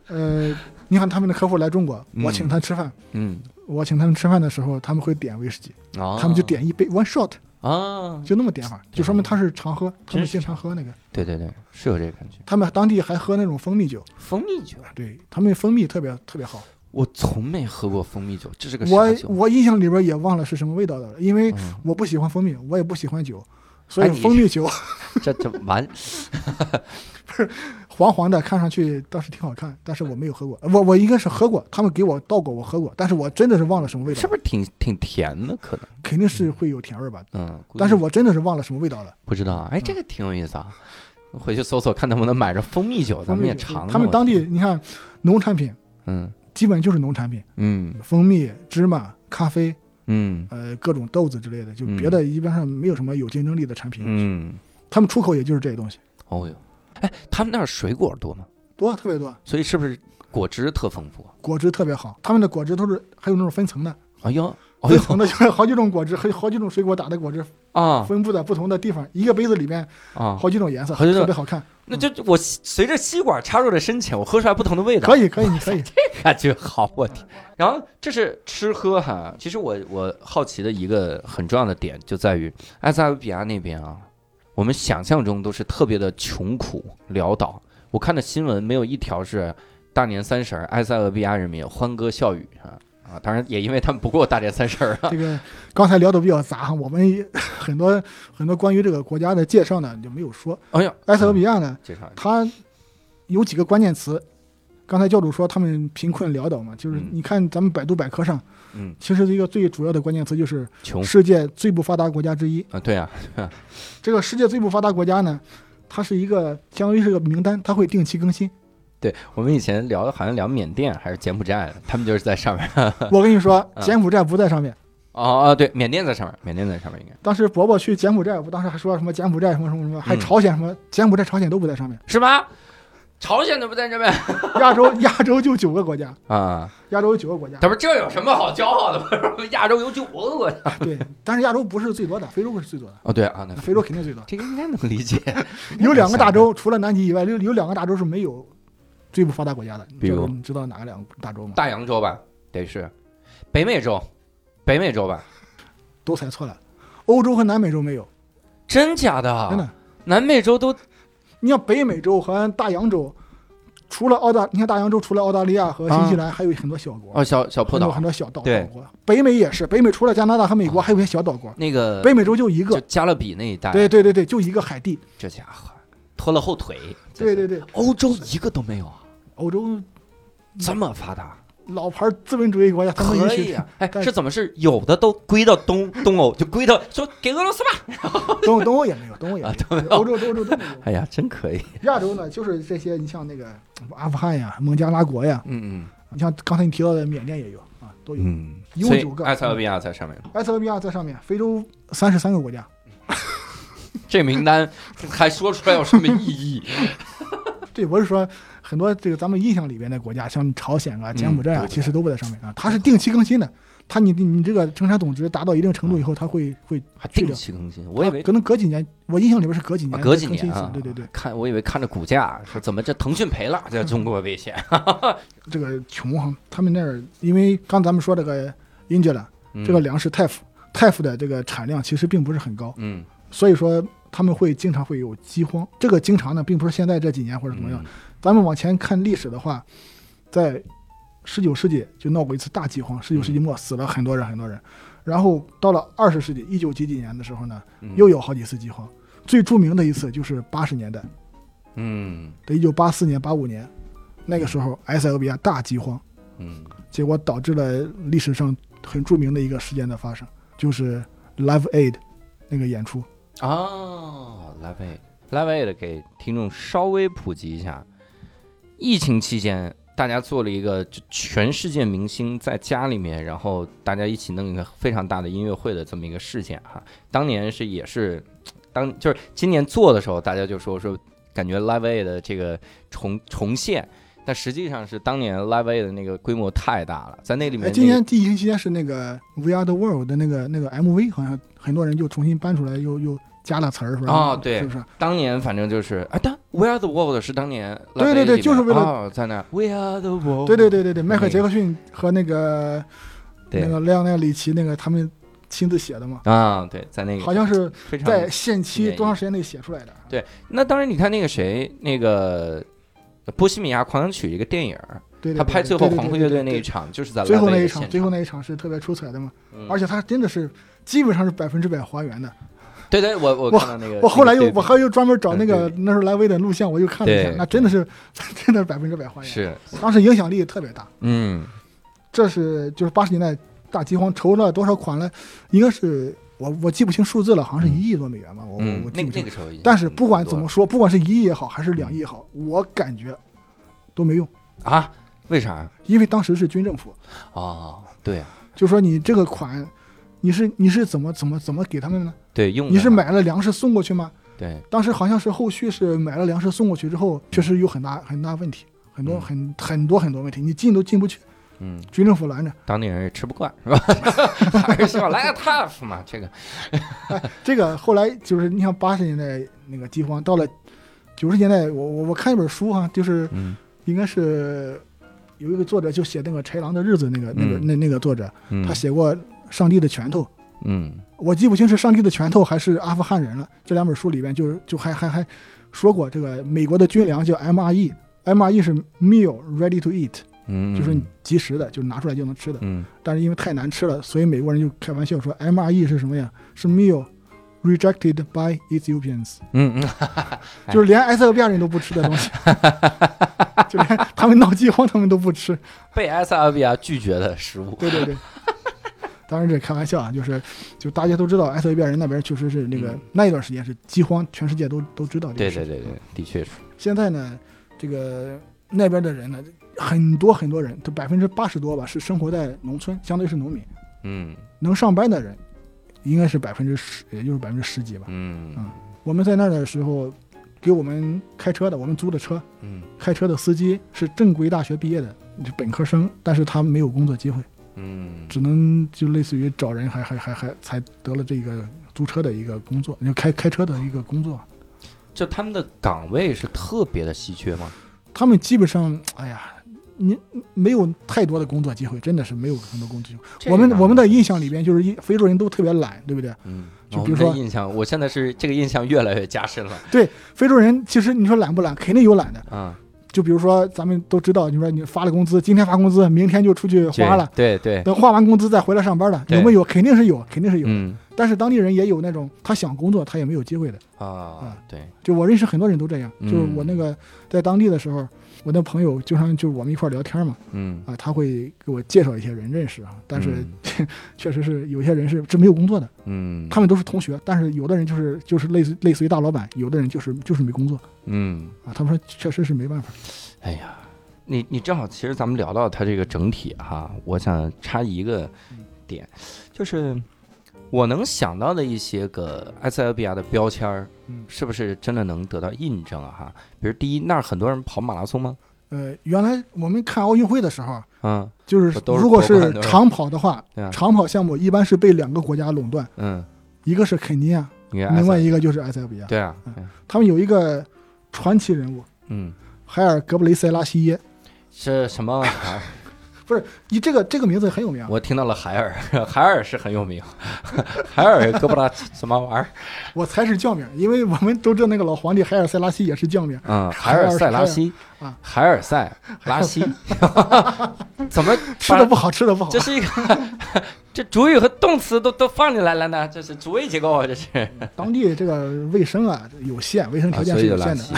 呃，你看他们的客户来中国，
嗯
我请他吃饭，
嗯，
我请他们吃饭的时候，他们会点威士忌，
啊，
他们就点一杯 one shot，
啊，
就那么点法，就说明他是常喝，他们经常喝那个，
对对对，是有这个感觉。
他们当地还喝那种蜂蜜酒，
蜂蜜酒，
对他们蜂蜜特别特别好。
我从没喝过蜂蜜酒，这是个啥
我
酒？
我印象里边也忘了是什么味道的了，因为
嗯
我不喜欢蜂蜜，我也不喜欢酒，所
哎
以
你
蜂蜜酒
这这 完
黄黄的，看上去倒是挺好看，但是我没有喝过，我我应该是喝过，他们给我倒过，我喝过，但是我真的是忘了什么味
是
道，
不是挺挺甜的？可能，
肯定是会有甜味吧，
嗯，估计
但是我真的是忘了什么味道了。
不知道啊。哎，
嗯
这个挺有意思啊，回去搜索看能不能买着蜂蜜酒，咱们也尝尝。
他们
我
当地
天，
你看农产品
嗯
基本就是农产品，
嗯
蜂蜜、芝麻、咖啡，
嗯
呃，各种豆子之类的，就
嗯
别的一般上没有什么有竞争力的产品。
嗯，
他们出口也就是这些东西，
哦哟，哎，他们那儿水果多吗？
多特别多，
所以是不是果汁特丰富？
果汁特别好。他们的果汁都是还有那种分层的，
哎呦，哎
分
呦
层的就是好几种果汁，还有好几种水果打的果汁，
啊
分布在不同的地方，一个杯子里面
啊！
好几种颜色，
好几种
特别好看。
那就我随着吸管插入的深浅，我喝出来不同的味道。
可以，可以，你可以。
感觉好，我天。 然后这是吃喝哈，其实我我好奇的一个很重要的点就在于埃塞俄比亚那边啊，我们想象中都是特别的穷苦潦倒。我看的新闻没有一条是大年三十儿埃塞俄比亚人民欢歌笑语啊啊！当然也因为他们不过大年三十 儿 啊
这个刚才聊的比较杂，我们 也很多很多关于这个国家的介绍呢就没有说。
哎呀，
埃塞俄比
亚
亚呢，
介绍一下
它有几个关键词。刚才教主说他们贫困潦倒嘛，就是
嗯
你看咱们百度百科上，
嗯，
其实一个最主要的关键词就是
穷
世界最不发达国家之一。
啊，对啊，
这个世界最不发达国家呢，它是一个相当于是个名单，它会定期更 新。
对我们以前聊的好像聊缅甸还是柬埔寨，他们就是在上面
我跟你说，
嗯
柬埔寨不在上面。
哦哦，对，缅甸在上面，缅甸在上面应该
当时伯伯去柬埔寨，我当时还说什么柬埔寨什么什么什么，还
嗯
朝鲜什么，柬埔寨、朝鲜都不在 上面。
是吧？朝鲜都不在这边。
亚洲亚洲就九个国家，
啊，
亚洲有九个 国家。
他说这有什么好骄傲的？ 不是亚洲有九个国家。
对，但是亚洲不是最多的，非洲是最多的，
哦，对啊，那
非洲肯定最多。
这个应该能理解。啊
有两个大洲，除了南极以外，有有两个大洲是没有最不发达国家的。
比如
教授你知道哪个两个大洲吗？
大洋洲吧，得是北美洲，北美洲吧？
都猜错了，欧洲和南美洲没有，
真假的啊？
真的。
南美洲都
你像北美洲和大洋洲，除了澳大，你看大洋洲除了澳大利亚和新西兰，还有很多小国，
啊哦，小小破
很多
岛
很，多小岛
对
岛国。北美也是，北美除了加拿大和美国，
啊
还有一些小岛国。
那个
北美洲就一
呃就
个，
加勒比那一带，
对，对对对，就一个海地。
这家伙拖了后腿。
对对，对，
欧洲一个都没有啊，
欧洲
这么发达，
老牌资本主义国家，他们
可
允
以
许
啊？哎，
但
这怎么是有的都归到东东欧，就归到说给俄罗斯吧？
东东欧也没有，东欧也
啊
没有，欧洲欧洲都没有。
哎呀，真可以。
亚洲呢，就是这些，你像那个阿富汗呀、孟加拉国呀，
嗯
你像刚才你提到的缅甸也有啊，都有。
嗯
一共
所以
九个嗯
埃塞俄比亚在 上面。
埃塞俄比亚在上面，非洲三十三个国家，
这名单还说出来有什么意 义？
对，我是说，很多这个咱们印象里边的国家，像朝鲜啊、柬埔寨啊，
嗯对对
其实都不在上面啊。它是定期更新的，它你你这个生产总值达到一定程度以后，它会会
还
去
定
掉。
期更新，我以为
可能隔几年，我印象里边是隔几
啊
年，
隔几
更新
年
一次
啊，
对对对，
看我以为看着股价说怎么这腾讯赔了，这中国危险。
这个穷哈，他们那儿因为刚咱们说这个英吉兰
嗯
这个粮食泰夫泰夫的这个产量其实并不是很高，
嗯，
所以说他们会经常会有饥荒。这个经常呢，并不是现在这几年或者怎么
嗯
样，咱们往前看历史的话，在十九世纪就闹过一次大饥荒，十九
嗯
世纪末死了很多人很多人，然后到了二十世纪一九几几年的时候呢，
嗯
又有好几次饥荒，最著名的一次就是八十年代
嗯
的一九八四年八五年，那个时候埃塞俄比亚啊大饥荒，
嗯
结果导致了历史上很著名的一个事件的发生，就是 Live Aid 那个演出。
哦，来位来位的给听众稍微普及一下，疫情期间大家做了一个就全世界明星在家里面，然后大家一起弄一个非常大的音乐会的这么一个事件哈。当年是也是，当就是今年做的时候，大家就说说感觉 Live Aid 的这个重重现，但实际上是当年 Live Aid 的那个规模太大了，在那里面、那
哎，
个
今年疫情期间是那个《We Are the World》的那个那个 MV，好像很多人又重新搬出来，又又加了词儿，是吧？
哦对
是不是？
当年反正就是啊，当 We Are the World 是当年
对
Live Aid
对对
里面
就是为了
哦在那 We Are the World，
对对对对对，迈克
那个
尔杰克逊和那个
嗯对
那个亮亮里奇那个他们亲自写的嘛，
啊，对，在那个
好像是
非常
在限
愿
期
意
多长时间内写出来的。
对那当然，你看那个谁，那个《波西米亚狂想曲》一个电影儿，
对，对
他拍最后皇后乐队那一。
对对对对对对
场，就是在
最后
Live
那
Aid
一
的
场，
现
最后那一场是特别出彩的嘛，
嗯
而且他真的是基本上是百分之百还原的。
对对，我我
我
看到那个，
我后来
那个
又
对比
我还又专门找那个
嗯对
那时候莱威的录像，我又看了一下，
对
那真的是真的是百分之百还原，
是，
当时影响力特别大。
嗯
这是就是八十年代大饥荒筹了多少款了，应该是我我记不清数字了，好像
嗯
是一亿多美元吧，我我
嗯
我，
那
记不
个那
清
个。时候已经很多了，
但是不管怎么说，不管是一亿也好，还是两亿也好，我感觉都没用，
啊，为啥
因为当时是军政府，
哦，对啊
就说你这个款，你是你是怎么怎么怎么给他们呢？
对，用
你
的
是
嘛
买了粮食送过去吗？
对，
当时好像是后续是买了粮食送过去之后，确实有很大很大问题，很多
嗯
很很多很多问题，你进都进不去，
嗯，
军政府拦着。
当地人也吃不惯是吧？ 还是希望来个 tough 嘛，这个
这个后来就是你像八十年代那个饥荒，到了九十年代，我我我看一本书哈、就是
嗯
应该是有一个作者就写那个《豺狼的日子》那个那个
嗯
那那个作者，
嗯
他写过《上帝的拳头》，
嗯
我记不清是《上帝的拳头》还是《阿富汗人》了。这两本书里边就是就还还还说过这个美国的军粮叫 E，MRE，MRE 是 meal ready to eat，
嗯，
就是你即食的，就是拿出来就能吃的。
嗯
但是因为太难吃了，所以美国人就开玩笑说 MRE 是什么呀？是 meal rejected by Ethiopians，
嗯嗯，哎
就是连埃塞俄比亚人都不吃的 东西，就连他们闹饥荒他们都不吃。
被埃塞俄比亚拒绝的食物，
对对对。当然这开玩笑啊，就是就大家都知道埃塞俄比亚人那边确实是那个、
嗯
那一段时间是饥荒，全世界都都知道这
对
个事。啊
对对对，的确是，
现在呢，这个那边的人呢，很多很多人，都百分之八十多吧，是生活在农村，相当于是农民。
嗯
能上班的人，应该是百分之十，也就是百分之十几吧。
嗯
嗯我们在那儿的时候，给我们开车的，我们租的车，
嗯
开车的司机是正规大学毕业的，就本科生，但是他没有工作机会，
嗯
只能就类似于找人还，还还还才得了这个租车的一个工作，就开开车的一个工作。
就他们的岗位是特别的稀缺吗？
他们基本上，哎呀，你没有太多的工作机会，真的是没有很多工作机会。我们我们的印象里边就是一非洲人都特别懒，对不对？
嗯，
就
我
比如
们的
说
印象，我现在是这个印象越来越加深了
非洲人其实你说懒不懒，肯定有懒的。
啊，
就比如说咱们都知道，你说你发了工资，今天发工资，明天就出去花了，
嗯对对，对
等花完工资再回来上班了，
对
有没有？肯定是有，肯定是有。
嗯
但是当地人也有那种他想工作他也没有机会的。
啊，对，
就我认识很多人都这样，
嗯
就是我那个在当地的时候，我那朋友经常就是我们一块儿聊天嘛，
嗯，
啊，他会给我介绍一些人认识啊，但是
嗯
确实是有些人是是没有工作的，
嗯，
他们都是同学，但是有的人就是就是类似类似于大老板，有的人就是就是没工作
嗯，
啊，他们说确实是没办法。
哎呀，你你正好，其实咱们聊到它这个整体哈、我想插一个点，就是我能想到的一些个埃塞俄比亚的标签儿
嗯，
是不是真的能得到印证啊？哈，比如第一，那儿很多人跑马拉松吗？
呃，原来我们看奥运会的时候，啊
嗯
就是
都是
如果
国
是
办的
长跑的话
对啊，
长跑项目一般是被两个国家垄断，
嗯，
一个是肯尼亚，
你看埃
另
塞，
外一个就是埃塞俄比亚。
对啊，嗯
他们有一个传奇人物
嗯，
海尔格布雷塞拉西耶，
是什么玩意儿？
你这个这个名字很有名啊。
我听到了海尔，海尔是很有名，海尔哥布拉什么玩意儿？
我猜是将名，因为我们都知道那个老皇帝海尔塞拉西也 是将名。
嗯，海尔塞拉西
海尔啊，
海尔塞拉西， 怎么
吃的不好，吃 的不好
这。是一个这主语和动词都都放进来了呢？这是主谓结构啊，这是
当地这个卫生啊有限，卫生条件是有 限的。
是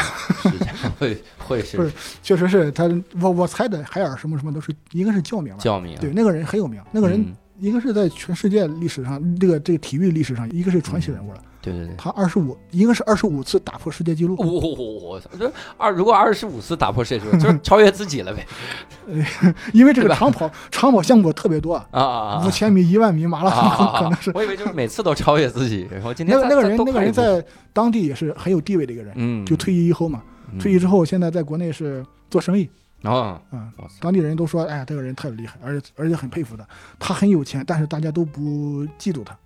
这样会会
不
是
是确实是他，我我猜的海尔什么什么都是应该是叫名吧。
叫名，
对，那个人很有名，那个人
嗯
一个是在全世界历史上，这个这个体育历史上，一个是传奇人物了。
对对对对。
他二十五，应该是二十五次打破世界纪录。
我我我我操！这二如果二十五次打破世界纪录，就是超越自己了呗。
因为这
对
个
吧
长 跑长跑项目特别多啊，
啊啊！啊
五千米、一万米、马拉松，可能是
我以为就是每次都超越自己，然后今天
那
再
个那个
再
人
多
那个
跨一
人
步
在当地也是很有地位的一个人，
嗯
就退役以后嘛，
嗯
退役之后现在在国内是做生意，
哦，
嗯
哇塞
当地人都说，哎，这个人特厉害，而且而且很佩服他，他很有钱，但是大家都不嫉妒他，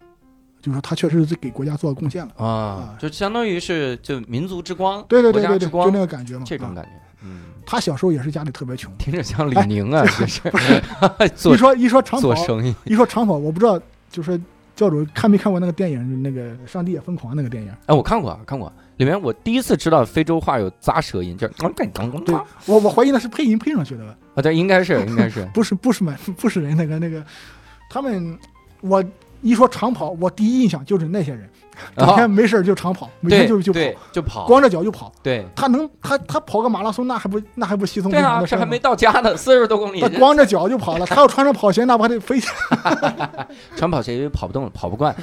就说他确实是给国家做贡献了，
啊，就相当于是就民族之光，
对对
国
对对
家
对，
之
就
光
那个感觉嘛，
这种
啊
感觉，嗯，
他小时候也是家里特别穷，
听着像李
哎
宁 啊，其实做
一哎说一说长啊跑
做，生意
一说长跑，我不知道，就说教主看没看过那个电影，就那个《上帝也疯狂》那个电影。
哎，我看过啊，看过，里面我第一次知道非洲话有咂舌音，就是
嗯对
啊，
我我怀疑那是配音配上去的吧，，
对，应该是应该是
不是不是满不是人那个那个，他们我一说长跑，我第一印象就是那些人，
然
整
后
天没事儿就长跑，每
啊对
天就就跑，
对就跑，
光着脚就跑。
对
他能他他跑个马拉松，那还不那还不稀松
对
平常
啊，
的事
这
儿
还
吗
没到家呢，四十多公里
他，光着脚就跑了，他要穿上跑鞋，那不还得飞 起来？
长跑谁跑不动，跑不惯，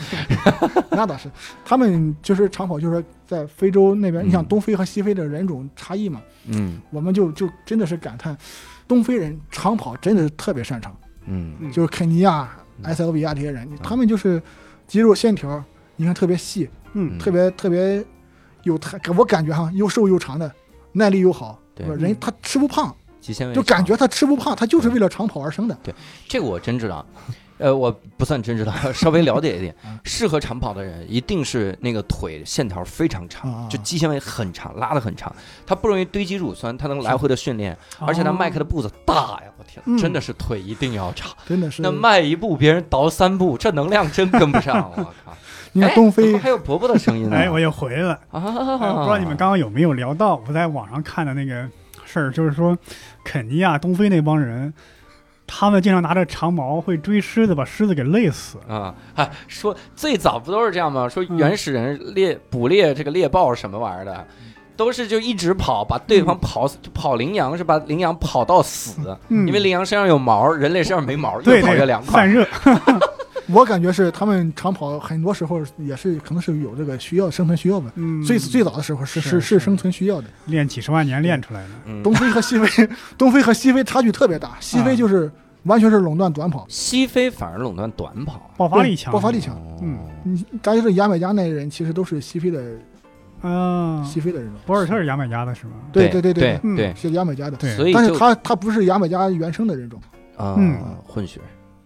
那倒是，他们就是长跑，就是在非洲那边，你想
嗯
东非和西非的人种差异嘛，
嗯
我们就就真的是感叹，东非人长跑真的是特别擅长，
嗯
就是肯尼亚、
嗯
埃塞俄比啊亚这些人，他们就是肌肉线条，你看特别细，
嗯
特别特别有弹，给我感觉哈，又瘦又长的，耐力又好，
对
是吧人他吃不胖，
极限位
就感觉他吃不胖，他就是为了长跑而生的。
这个我真知道，呃，我不算真知 道，稍微了解一点
嗯。
适合长跑的人，一定是那个腿线条非常
啊啊
长，
啊
就肌纤维很长，拉得很长。他不容易堆积乳酸，他能来回的训练，
哦
而且他迈开的步子大呀，我天，
嗯
真的是腿一定要长。
真的是
那，迈一步别人倒三步，这能量真跟不上，我 靠！
你看
哎
东
怎
非
么，还有伯伯的声音呢？
哎，我又回来了。
啊，
哎 我不知道你们刚刚有没有聊到，我在网上看的那个事儿，就是说肯尼亚、东非那帮人，他们经常拿着长矛会追狮子，把狮子给累死。
啊，哎，说最早不都是这样吗？说原始人猎捕猎这个猎豹什么玩意儿的，都是就一直跑，把对方跑死，就跑羚羊是把羚羊跑到死，
嗯，
因为羚羊身上有毛，人类身上没毛，
对
越跑越
对
凉，快
散。 热。
我感觉是他们长跑很多时候也是可能是有这个需要生存需要的。
嗯，
最最早的时候是
是
是
是
生存需要的，
练几十万年练出来的。
嗯，
东非和西非， 东非和西非差距特别大，西非
啊
就是完全是垄断短跑，
西非反而垄断短跑，
爆发力强，
爆发力强。
嗯，
你咱就是牙买加那人，其实都是西非的
啊！
西非的人种，
博尔特是牙买加的是吗？
对
对
对对
对
嗯
对，
是牙买加的，
对
所以
但是
就
他他不是牙买加原生的人种，
啊
嗯
混血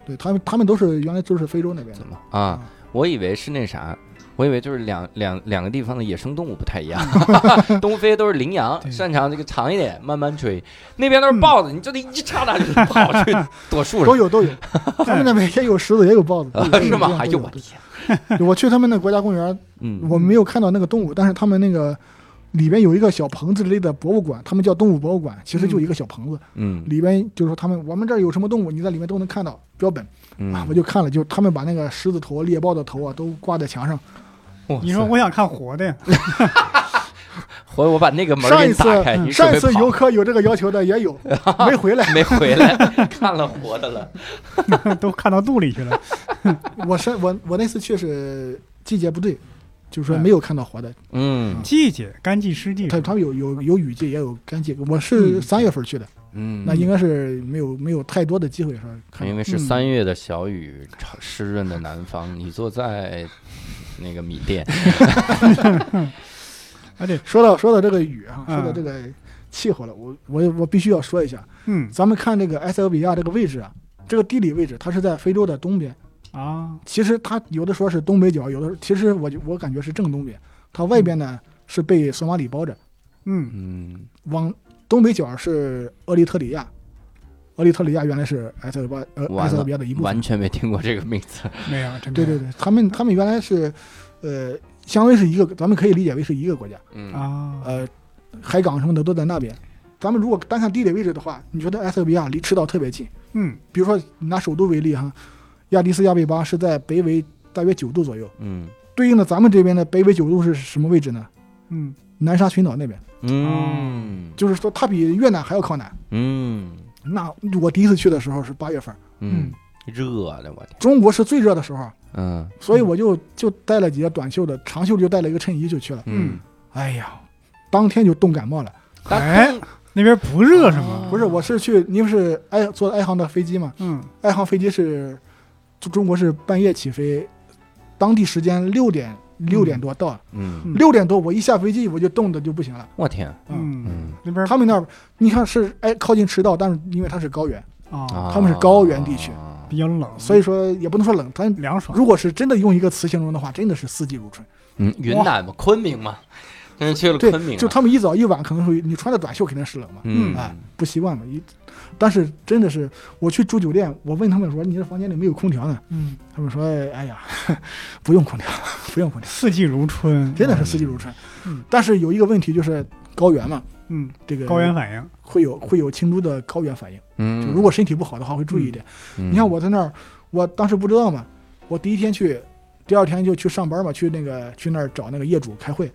对他们他们都是原来都是非洲那边的
怎，么啊？
嗯
我以为是那啥。我以为就是两两两个地方的野生动物不太一样， 东非都是羚羊，
对
擅长这个长一点，慢慢追；那边都是豹子，你就得一刹那就跑 去躲树
都
上，
有都有，他们那边也有狮子也有豹子，都有
啊 是吗？
都
哎呦
有
我
都
的天，
有对我去他们那国家公园，
嗯，
我没有看到那个动物，但是他们那个。里边有一个小棚子之类的博物馆，他们叫动物博物馆，其实就一个小棚子，
嗯
里边就是说他们我们这儿有什么动物，你在里面都能看到标本啊
嗯，
我就看了，就他们把那个狮子头、猎豹的头啊都挂在墙上，
哇
你说
塞
我想看活的呀，
我我把那个门
上
给
一
你
次嗯
打开，你准
上一
备
次
跑
游客有这个要求的也有，没回来。
没回来，看了活的 了，
都看到肚里去了。
我是我我那次去是季节不对，就是说
嗯
没有看到活的。
嗯
季节干季湿季，
他他们有有有雨季，也有干季。我是
嗯
三月份去的，
嗯，
那应该是没有没有太多的机会说看
因。为是
嗯
三月的小雨，潮湿润的南方，你坐在那个米店，
啊对，
说到说到这个雨啊，
嗯
说到这个气候了，我我我必须要说一下，
嗯
咱们看这个埃塞俄比亚这个位置啊，这个地理位置它是在非洲的东边，
啊，
其实它有的说是东北角，有的时候其实我就我感觉是正东边，它外边呢是被索马里包着，
嗯
嗯
往东北角是厄立特里亚，厄立特里亚原来是埃塞俄巴呃
完了
埃塞俄比亚的一部分
完。全没听过这个名 字，
没有，真没
对
有
对对，他们他们原来是，呃，相当于是一个，咱们可以理解为是一个国家，
嗯
啊，
呃，海港什么的都在那边。咱们如果单看地理位置的话，你觉得埃塞俄比亚离赤道特别近？
嗯
比如说拿首都为例哈，亚的斯亚贝巴是在北纬大约九度左右，
嗯
对应的咱们这边的北纬九度是什么位置呢？
嗯
南沙群岛那边，
嗯
哦就是说它比越南还要靠南。
嗯
那我第一次去的时候是八月份，
嗯，热的我天，
中国是最热的时候，
嗯
所以我就就带了几个短袖的，长袖就带了一个衬衣就去了。
嗯，
哎呀，当天就冻感冒了。
但
哎，那边不热是吗？
哦
不是，我是去，因为是埃坐埃航的飞机嘛，
嗯
埃航飞机是中中国是半夜起飞，当地时间六点六点多到，
嗯，
嗯
六、点多我一下飞机我就冻得就不行了。
我天，
嗯，
嗯
那边
啊他们那儿你看是哎靠近赤道，但是因为它是高原，
啊
啊，
他们是高原地区
啊
比较冷，
所以说也不能说冷，咱
凉爽。
如果是真的用一个词形容的话，真的是四季如春。
嗯，云南嘛，昆明嘛，真是去了
对
昆明，了，啊
就他们一早一晚可能会你穿的短袖肯定是冷嘛，
嗯
嗯
哎，不习惯嘛。一，但是真的是我去住酒店，我问他们说你这房间里没有空调呢？
嗯，
他们说哎呀， 不用空调，不用空调，
四季如春，
真的是四季如春。
嗯
但是有一个问题就是高原嘛，
嗯，
这个
高原反应，
会有会有轻度的高原反应，就
嗯，
如果身体不好的话会注意一点。你看我在那儿，我当时不知道嘛，我第一天去，第二天就去上班嘛，去那个去那儿找那个业主开会，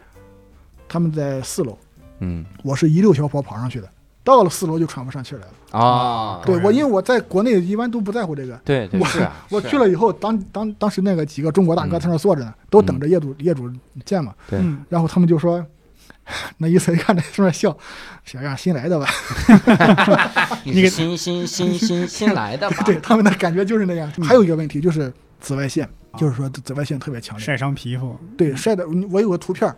他们在四楼，
嗯，
我是一溜小跑跑上去的，到了四楼就喘不上气儿来了。
嗯啊，
对
当然
我，因为我在国内一般都不在乎这个。
对对
我
是啊，
我
是啊嗯
去，了以后，当当当时那个几个中国大哥在那儿坐着呢，都等着业主业主见嘛。
对
嗯，
然后他们就说， 那意思一看在上面笑，想让新来的吧？
你是新新新新新来的吧？
对他们的感觉就是那样。
嗯
还有一个问题就是紫外线，
啊
就是说紫外线特别强烈。
晒伤皮肤，
对，晒的嗯我有个图片儿，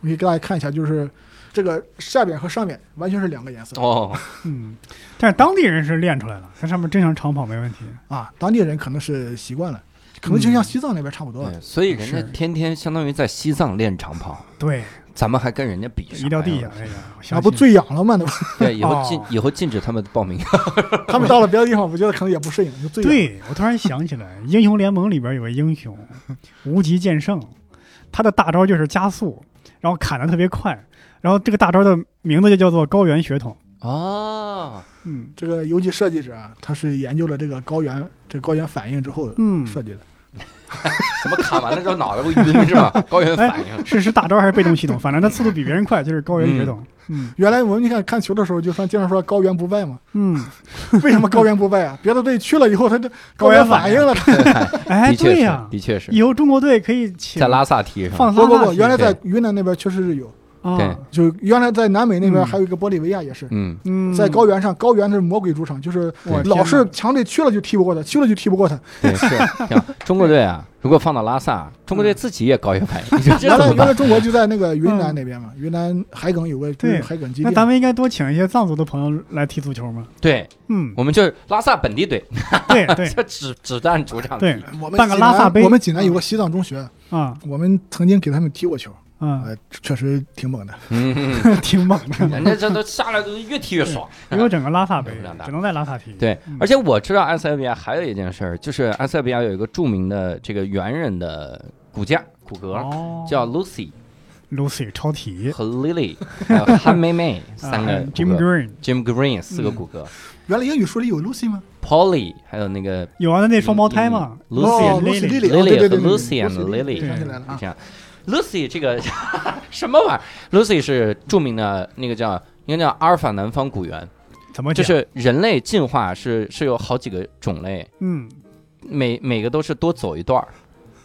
我给大家看一下，就是这个下边和上面完全是两个颜色
哦，
嗯，但是当地人是练出来了，在上面正常长跑没问题。
啊。当地人可能是习惯了，可能就
嗯
像西藏那边差不多。
对，所以人家
是
天天相当于在西藏练长跑，
对，
咱们还跟人家比啥呀
一到地下，那个，我相
啊那不
信
最痒了吗？那不
对，以后禁
哦
以后禁止他们报名。
他们到了别的地方，我觉得可能也不适应，就最痒
对我突然想起 来，《英雄联盟》里边有个英雄，无极剑圣，他的大招就是加速，然后砍得特别快，然后这个大招的名字就叫做高原血统。
哦，
嗯
这个游戏设计者啊，他是研究了这个高原这高原反应之后
嗯，
设计的。
什么砍完了之后脑袋会晕 是吧？高原反应。
是是大招还是被动系统？反正他速度比别人快，就是高原血统。嗯
原来我们你看看球的时候，就说经常说高原不 败嘛，
嗯，
为什么高原不败啊？别的队去了以后，他这
高
原
原
反
反
应
应
了。
哎，
的确
对呀、
是，的确是，
以后中国队可以请
在拉萨踢上。
放
不
撒
不
拉
不，
踢
原来在云南那边确实是有，
对
啊，
就原来在南美那边
嗯
还有一个玻利维亚也是，
嗯，
嗯，
在高原上，高原是魔鬼主场，就是
我天哪
老是强队去了就踢不过他，去了就踢不过他。
对，是这样。中国队啊，如果放到拉萨，中
嗯
国队自己也高原反应，你说这
原来
怎么
原来
办？
中国就在那个云南那边嘛，云南海埂有个
嗯对
海埂基
那
地
咱，们应该多请一些藏族的朋友来踢足球吗？
对，
嗯，
我们就是拉萨本地队，
对对
这只只占主场。
对，
我们
办个
济
拉
南
萨杯
我们济南有个西藏中学，
啊
我们曾经给他们踢过球，
啊，
呃，确实挺猛的。
嗯，
挺猛 的。
人家这都下来都越踢越爽。
给我整个拉萨杯
整不了，的
只能在拉萨踢。
对
嗯，
而且我知道埃塞俄比亚还有一件事儿，就是埃塞俄比亚有一个著名的这个猿人的骨架骨骼，
哦，
叫 Lucy
Lucy 超体
和 Lily，还有憨妹妹三个
啊
骨
，Jim
骼
Green 嗯
，Jim Green 四个骨骼
原来英语书里有 Lucy 吗？
，Polly 还有那个
有啊，那双胞胎嘛，
Lucy
哦
Lily
，Lucy Lily，哦对
Lily 和
对对
Lucy and
Lily，
Lily 嗯
想起来了啊
这样，Lucy 这个什么玩意儿？Lucy 是著名的那个叫应该叫阿尔法南方古猿，
怎么
就
讲
是人类进化是是有好几个种类，
嗯
每每个都是多走一段儿。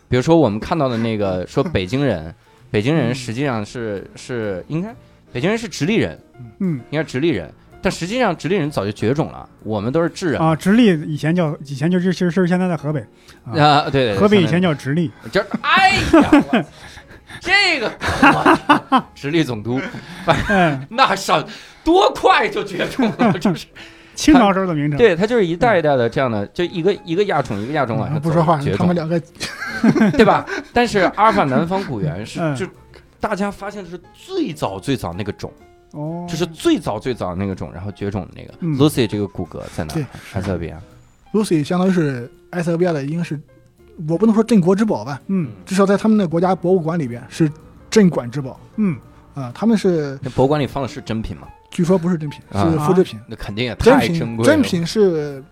比如说我们看到的那个说北京人，北京人
嗯
实际上是是应该北京人是直立人，
嗯
应该是直立人，但实际上直立人早就绝种了，我们都是智人
啊，直隶以前叫以前就是就是现在在河北，
啊，对对，对
河北以
相当于
前叫直隶，
就是哎呀，我这个我直隶总督
嗯，
那上多快就绝种了，就是
清朝时候的名称。
对他就是一代一代的这样的，就一个一个亚种一个亚种往上
啊嗯不说话
绝，
他们
种，
两个
对 吧？但是阿尔法南方古猿是
嗯
就大家发现的是最早最早那个种，
哦，
就是最早最早那个种，然后绝种的那个
嗯
Lucy 这个骨骼在啊哪
对？
埃塞俄比亚
Lucy 相当于是埃塞俄比亚的，应该是我不能说镇国之宝吧，
嗯
至少在他们的国家博物馆里边是镇馆之宝
嗯，
啊、他们是
那博物馆里放的是真品吗？
据说不是珍品，
啊
是复制品。
那肯定也
真
太珍
品
贵了，
真品是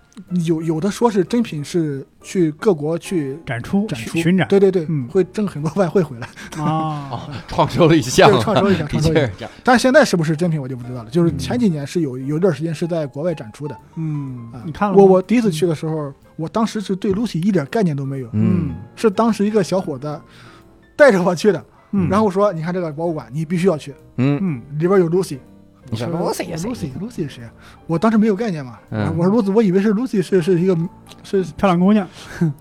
有有的说是真品是去各国去
展出
展出
巡展
对对对，
嗯
会挣很多外 汇回来，
啊，
哦，创收 了一项
对，创收一下，
的
创
确
收一下
是。这样。
但是现在是不是真品我就不知道了。就是
嗯
前几年是有有一段时间是在国外展出的
嗯
啊，。
你看了吗
我我第一次去的时候，我当时是对 Lucy 一点概念都没有，
嗯
是当时一个小伙子带着我去的，
嗯，
然后说你看这个博物馆，你必须要去，
嗯，
嗯，
里边有 Lucy。
你说 Lucy 是谁
Lucy Lucy 是谁？啊我当时没有概念嘛，
嗯
我说 Lucy，我以为是 Lucy 是是一个是，
漂亮姑娘，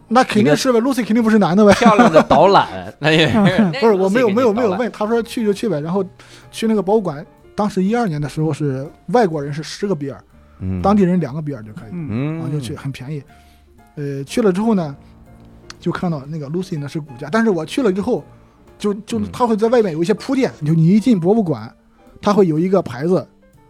那肯定是呗，Lucy 肯定不是男的呗。
漂亮的导 览，那也是
不是，我没有没有没有，问，他说去就去呗。然后去那个博物馆，当时一二年的时候是外国人是十个比尔，
嗯
当地人两个比尔就可以，
嗯
然后
嗯
就去，很便宜。呃，去了之后呢，就看到那个 Lucy 呢是骨架，但是我去了之后，就就
嗯
他会在外面有一些铺垫，就你一进博物馆，他会有一个牌子，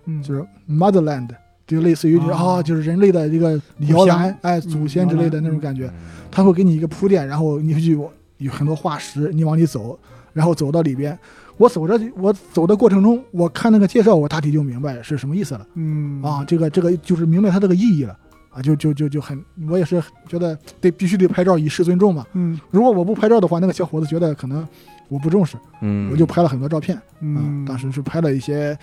嗯，
就是 Motherland，就类似于就是
哦
啊，就是人类的这个摇篮，哎，祖先之类的那种感觉。他会给你一个铺垫，然后你去有很多化石，你往里走，然后走到里边。我走着，我走的过程中，我看那个介绍，我大体就明白是什么意思了
嗯
啊。，这个这个就是明白它这个意义了啊，就就就就很，我也是觉得得必须得拍照以示尊重嘛。
嗯
如果我不拍照的话，那个小伙子觉得可能我不重视，
嗯，
我就拍了很多照片。
嗯，
啊，当时是拍了一些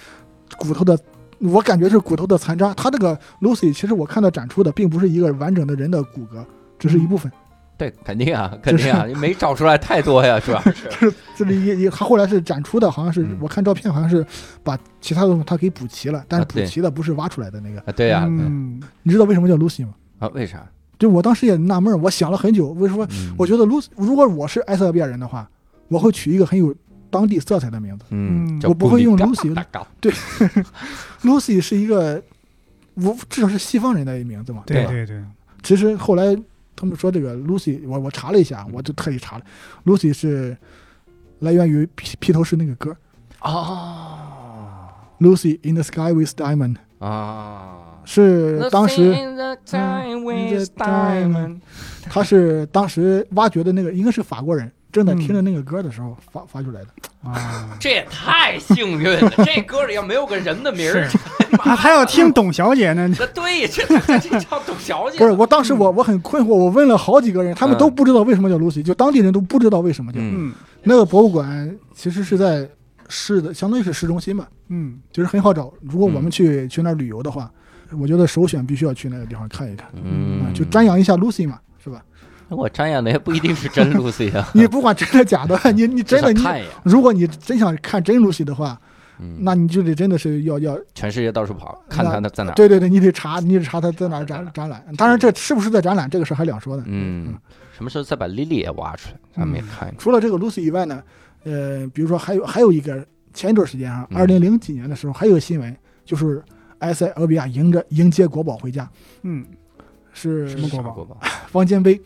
骨头的，我感觉是骨头的残渣。他这个 Lucy 其实我看到展出的并不是一个完整的人的骨骼，只
嗯
是一部分，
对，肯定啊，肯定啊，你没找出来太多 呀，主要是，
这是一一他后来是展出的，好像是
嗯
我看照片，好像是把其他的东西他给补齐了，但是
啊
补
对
齐的不是挖出来的那个。
啊对呀，对
嗯
你知道为什么叫 Lucy 吗？
啊，为啥？
就我当时也纳闷儿，我想了很久，为什么？
嗯
我觉得 Lucy 如果我是埃塞俄比亚人的话，我会取一个很有当地色彩的名字。
嗯，
我不会用 Lucy
的，
Lucy 是一个，我至少是西方人的一个名字嘛，
对
吧？
对对，
其实后来他们说这个 Lucy，我我查了一下，我就特意查了，Lucy 是来源于披披头士那个歌
哦
，Lucy in the Sky with Diamond
啊，
是当时
time
with diamond 他是当时挖掘的那个，应该是法国人，正在
嗯
听着那个歌的时候发发出来的。
啊，
这也太幸运了，这歌里要没有个人的名儿，
是， 啊，还要听董小姐呢，
那对，这这这叫董小姐，
不是，我当时我我很困惑，我问了好几个人，他
嗯
们都不知道为什么叫 Lucy，就当地人都不知道为什么叫。
嗯
嗯
那个博物馆其实是在市的，相当于是市中心嘛，
嗯
就是很好找。如果我
嗯
们去去那儿旅游的话，我觉得首选必须要去那个地方看一看。啊
嗯，
就瞻仰一下 Lucy 嘛，是吧？
我瞻仰的也不一定是真 Lucy 啊，
你不管真的 假的，你你
至
真
少
的你，
看一眼，
如果你真想看真 Lucy 的话，
嗯，
那你就得真的是要要，
全世界到处跑，看
那
他的在哪儿，
对对对，你得查，你得查他在哪儿
在哪
展
儿
展览。当然，这是不是在展览，这个事还两说呢。
嗯，什么时候再把 Lily 也挖出来，咱们也
嗯
看一看，
除了这个 Lucy 以外呢，呃，比如说还有还有一个前一段时间啊，
嗯
二零零几年的时候，还有个新闻就是埃塞俄比亚迎着迎接国宝回家，
嗯，
是
什么国
啥
宝
国宝？嗯
方尖碑。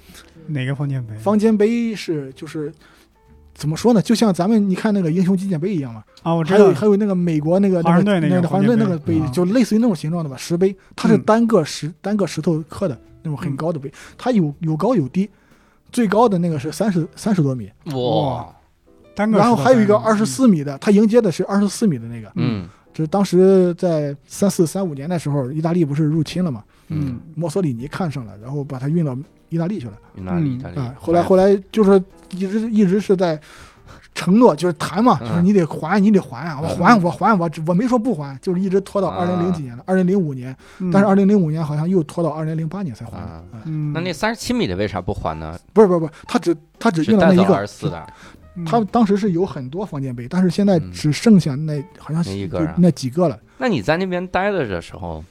哪个方建碑？
方尖碑是就是怎么说呢？就像咱们你看那个英雄纪念碑一样嘛。
啊，我
还
知
有
道，
还有那个美国那个
华盛
那
顿那个
个华盛顿那个
黄金
碑
杯，啊
就类似于那种形状的吧，石碑，它是
嗯
单个石单个石头刻的那种很
嗯
高的碑，它有有高有低，最高的那个是三十三十多米，
哇，
单个石头，
然后还有一个二十
嗯，
四米的，它迎接的是二十四米的那个，
嗯
就是当时在三四三五年的时候，意大利不是入侵了嘛，
嗯，
嗯
墨索里尼看上了，然后把它运到意大利去了
哪里
嗯
哪里
啊，后来后来就是一直一直是在。承诺就是谈嘛，
嗯
就是你得还，你得还啊！我
嗯啊
还，我还，我我没说不还，就是一直拖到二零零几年了，二零零五年，但嗯是二零零五年好像又拖到二零零八年才还
嗯
的。
啊。
嗯
嗯，
那那三十七米的为啥不还呢？
不是不是不是，他只他只
只
用了
带
那
走
一
二
个
十，四的，啊
嗯
他当时是有很多房间碑，但是现在
嗯
只剩下那好
那
像是
一
就
个啊
那几个了。
那你在那边待着的时候，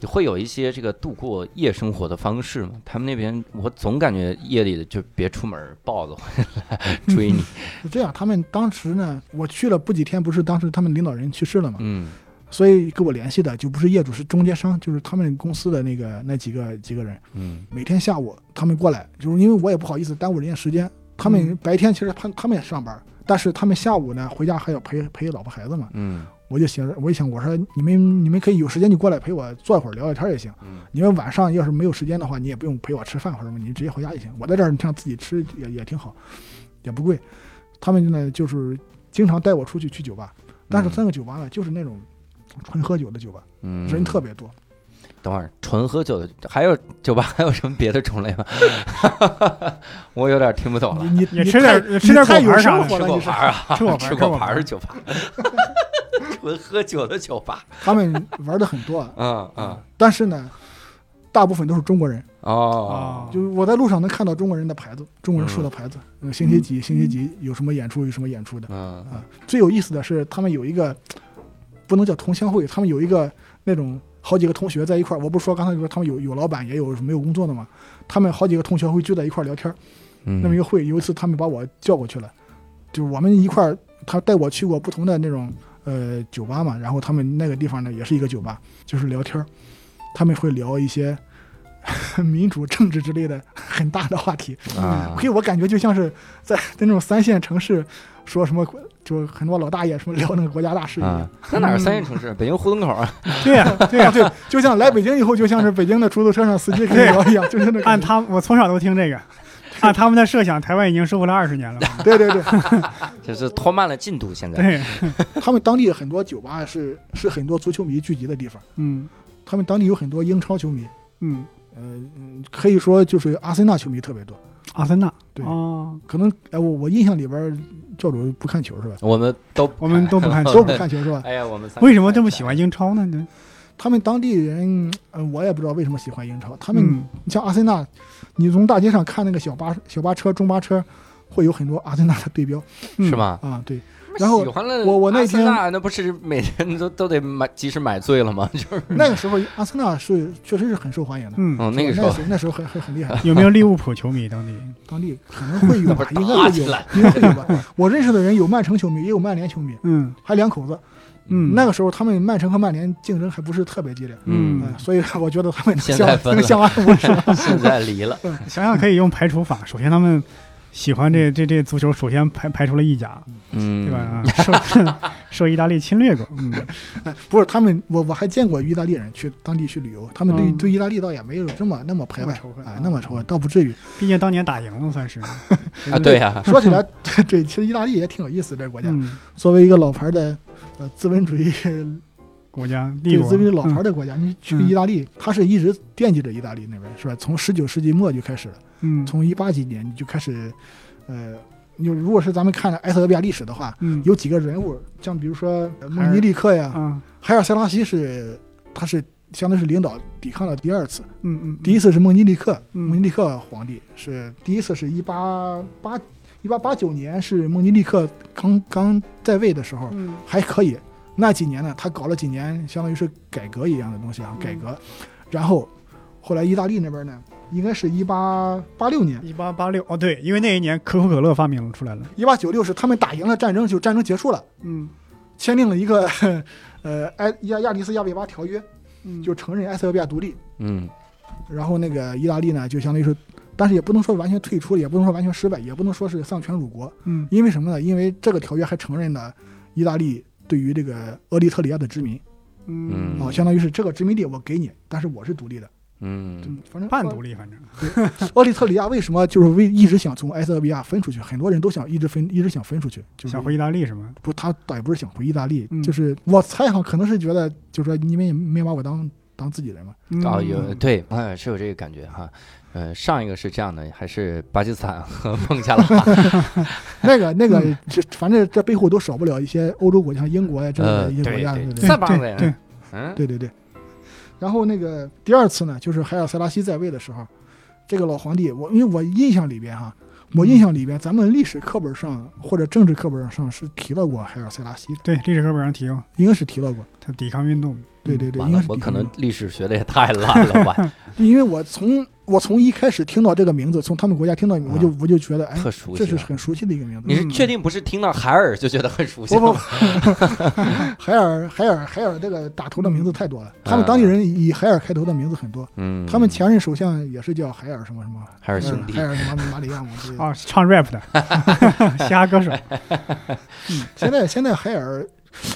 你会有一些这个度过夜生活的方式吗？他们那边我总感觉夜里的就别出门，豹子会来追你。
是这样，他们当时呢，我去了不几天，不是当时他们领导人去世了嘛，
嗯
所以跟我联系的就不是业主，是中间商，就是他们公司的那个那几个几个人。
嗯
每天下午他们过来，就是因为我也不好意思耽误人家时间。他们
嗯
白天其实他他们也上班，但是他们下午呢回家还要陪陪老婆孩子嘛。
嗯
我就想着，我一想，我说哎你们你们可以有时间就过来陪我坐一会儿聊聊天也行。
嗯
你们晚上要是没有时间的话，你也不用陪我吃饭或者什么，你直接回家也行。我在这儿你像自己吃呃也也挺好，也不贵。他们呢就是经常带我出去去酒吧，但是
嗯
那个酒吧呢就是那种纯喝酒的酒吧，
嗯，
人特。别多。
等会儿纯喝酒的，还有酒吧还有什么别的种类吗？ 我有点听不懂了。
你你
也
你
吃点
太
也吃点
你
果
太
盘
有
啥的
生活
吃
了，
果
你是
盘啊，
吃果盘
吃
吃果
果盘
盘
儿酒吧， 纯喝酒的酒吧。
他们玩的很多啊。
嗯嗯
但是呢，大部分都是中国人，
啊
哦，
就是我在路上能看到中国人的牌子，中国人竖的牌子，啊嗯，星期几星期几有什么演出有什么演出的
嗯
啊。最有意思的是，他们有一个不能叫同乡会，他们有一个那种好几个同学在一块儿。我不是说刚才说他们有有老板也有没有工作的嘛，他们好几个同学会聚在一块儿聊天儿。
嗯，
那么一个会，有一次他们把我叫过去了，就是我们一块儿，他带我去过不同的那种呃酒吧嘛，然后他们那个地方呢也是一个酒吧，就是聊天儿，他们会聊一些 民主政治之类的很大的话题，
啊
给我感觉就像是在在那种三线城市说什么，就是很多老大爷什么聊那个国家大事一样
啊。，那哪是三线城市？北京胡同口啊，
对 呀、对呀、
对，就像来北京以后，就像是北京的出租车上司机跟你聊一样，就是那
按
种。
他们我从小都听这个，按他们的设想，台湾已经收复了二十年了嘛。
对对对，
这是拖慢了进度。现在
对，
他们当地很多酒吧是是很多足球迷聚集的地方。
嗯
他们当地有很多英超球迷，
嗯，
呃，嗯可以说就是阿森纳球迷特别多。
阿森纳，
对
哦，
可能哎、我我印象里边儿，教主不看球是吧？
我们都
我们都不 看
都不看球是吧？
哎呀，我们三个
为什么这么喜欢英超呢？呢
他们当地人，呃，我也不知道为什么喜欢英超。他
他
们，
嗯
你像阿森纳，你从大街上看那个小巴、小巴车、中巴车，会有很多阿森纳的对标
嗯
是？吗？
啊。对，然后
喜欢了
我我那
阿森
天
纳那不是每天都都得买及时买醉了吗？就是
那个时候阿森纳是确实是很受欢迎的。
嗯，
嗯，那个时
那
候
时候那时候很很很厉害，
有没有利物浦球迷当地？
当地可能 会有
不
吧，
是
应该
打
会
起
有
来
吧，应该会有吧。我认识的人有曼城球迷，也有曼联球迷，
嗯
还两口子。
嗯，
那个时候他们曼城和曼联竞争还不是特别激烈，
嗯
嗯，所以 我觉得他们能
现
相
在分了
能相安无事。
现在离了，
想想可以用排除法。首先，他们喜欢
嗯
这这这足球，首先排排除了意甲，
嗯
对吧？啊，受 受意大利侵略过，嗯
不是他们，我我还见过意大利人去当地去旅游，他们对、
嗯
对意大利倒也没有这么那么排
那么
外
仇恨
啊，那么仇恨倒不 至于。
毕竟当年打赢了，算是。
啊，对呀、
说起来，这这其实意大利也挺有意思，这个国家、
嗯，
作为一个老牌的呃资本主义
国家帝
对
国
资本主义老牌
的，
的国家，你去
嗯
意大利，他是一直惦记着意大利那边是吧？从十九世纪末就开始了，
嗯
从一八几年你就开始，呃，你如果是咱们看埃塞俄比亚历史的话，
嗯
有几个人物，像比如说呃蒙尼利克呀，
啊
海尔塞拉西是，他是相当于是领导抵抗了第二次，
嗯嗯，
第一次是蒙尼利克，
嗯
蒙尼利克皇帝是第一次是一八八一八八九年是蒙尼利克刚刚在位的时候
嗯
还可以，那几年呢他搞了几年相当于是改革一样的东西
嗯
啊，改革，然后后来意大利那边呢，应该是一八八六年。
一八八六哦，对，因为那一年可口可乐发明出来了，
一八九六是他们打赢了战争，就战争结束了，
嗯
签订了一个， 呃，埃亚亚历斯亚维巴条约，
嗯
就承认埃塞俄比亚独立。
嗯
然后那个意大利呢，就相当于是，但是也不能说完全退出了，也不能说完全失败，也不能说是丧权辱国，
嗯
因为什么呢？因为这个条约还承认了意大利对于这个厄立特里亚的殖民
嗯
啊，相当于是这个殖民地我给你，但是我是独立的，
嗯，
嗯，反正
半独立，反正
厄立特里亚为什么就是为一直想从埃塞俄比亚分出去？很多人都想一直分，一直想分出去，就是
想回意大利是吗？
不，他倒也不是想回意大利，
嗯
就是我猜哈，可能是觉得就是说你们也没把我当当自己人 嘛，
啊、
嗯
有对，啊、是有这个感觉哈。呃，上一个是这样的，还是巴基斯坦和孟加拉？
那个那个，这反正这背后都少不了一些欧洲国家，像英国呀之类
呃，
的一
对
些国家，对
对，
不对
塞
对
巴
对
人，
对
嗯，
对对对。然后那个第二次呢，就是海尔塞拉西在位的时候，这个老皇帝，我因为我印象里边哈，我印象里边咱们历史课本上或者政治课本上是提到过海尔塞拉西的，
对，历史课本上提过
应该是提到过。
他抵抗运动，
对对对，
嗯完
应该
了
是，
我
提
可
到过
能历史学的也太烂了吧，
因为我从我从一开始听到这个名字，从他们国家听到，我就我就觉得哎，
啊特熟
这
悉
是
啊。
很熟悉的一个名字
你。是
嗯
确定不是听到海尔就觉得很熟悉
不不，
吗？
海尔海尔海尔这个打头的名字太多了，他们当地人以海尔开头的名字很多，
嗯，
他们前任首相也是叫海尔什么什么，
海尔兄弟啊
海，尔什么马里亚姆之 类的。
哦，唱 rap 的， 嘻哈歌手，
现在现在海尔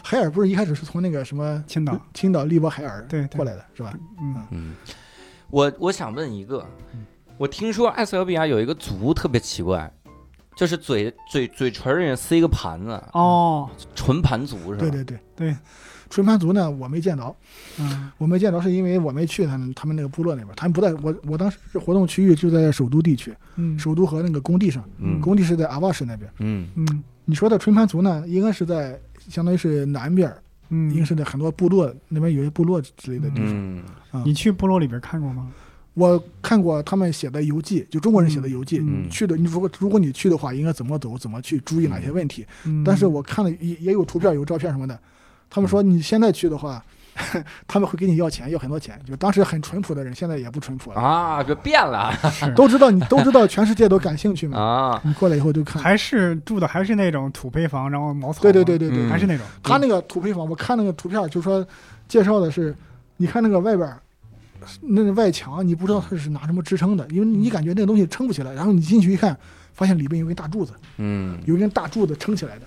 海尔不是一开始是从那个什么
青岛，
青岛利伯海尔
对对
过来的是吧？
嗯
嗯，我我想问一个
嗯，
我听说埃塞俄比亚有一个族特别奇怪，就是嘴嘴嘴唇儿里塞一个盘子，
哦，
唇盘族是吧？
对对对
对。
纯盘族呢，我没见着，
嗯
我没见着，是因为我没去他们他们那个部落那边，他们不在我我当时活动区域就在首都地区，
嗯
首都和那个工地上，
嗯
工地是在阿瓦什那边。
嗯
嗯
你说的纯盘族呢，应该是在相当于是南边，
嗯，
应该是在很多部落那边有些部落之类的地方。
嗯，
啊
你去部落里边看过吗？
我看过他们写的游记，就中国人写的游记，
嗯
去的你如果如果你去的话，应该怎么走，怎么去，注意哪些问题。
嗯
但是我看了也也有图片，有照片什么的，他们说你现在去的话， 他们会给你要钱，要很多钱。就当时很淳朴的人，现在也不淳朴了，
啊，这变了
是
都知道你都知道全世界都感兴趣嘛。
嗯啊，
你过来以后就 看，
还是住的还是那种土坯房，然后茅草，
对对对，对对，
嗯
还是那啊种，
他那个土坯房，我看那个图片，就说介绍的是，你看那个外边儿那个外墙，你不知道它是拿什么支撑的，因为你感觉那个东西撑不起来，然后你进去一看，发现里边有根大柱子，
嗯，
有一根大柱子撑起来的，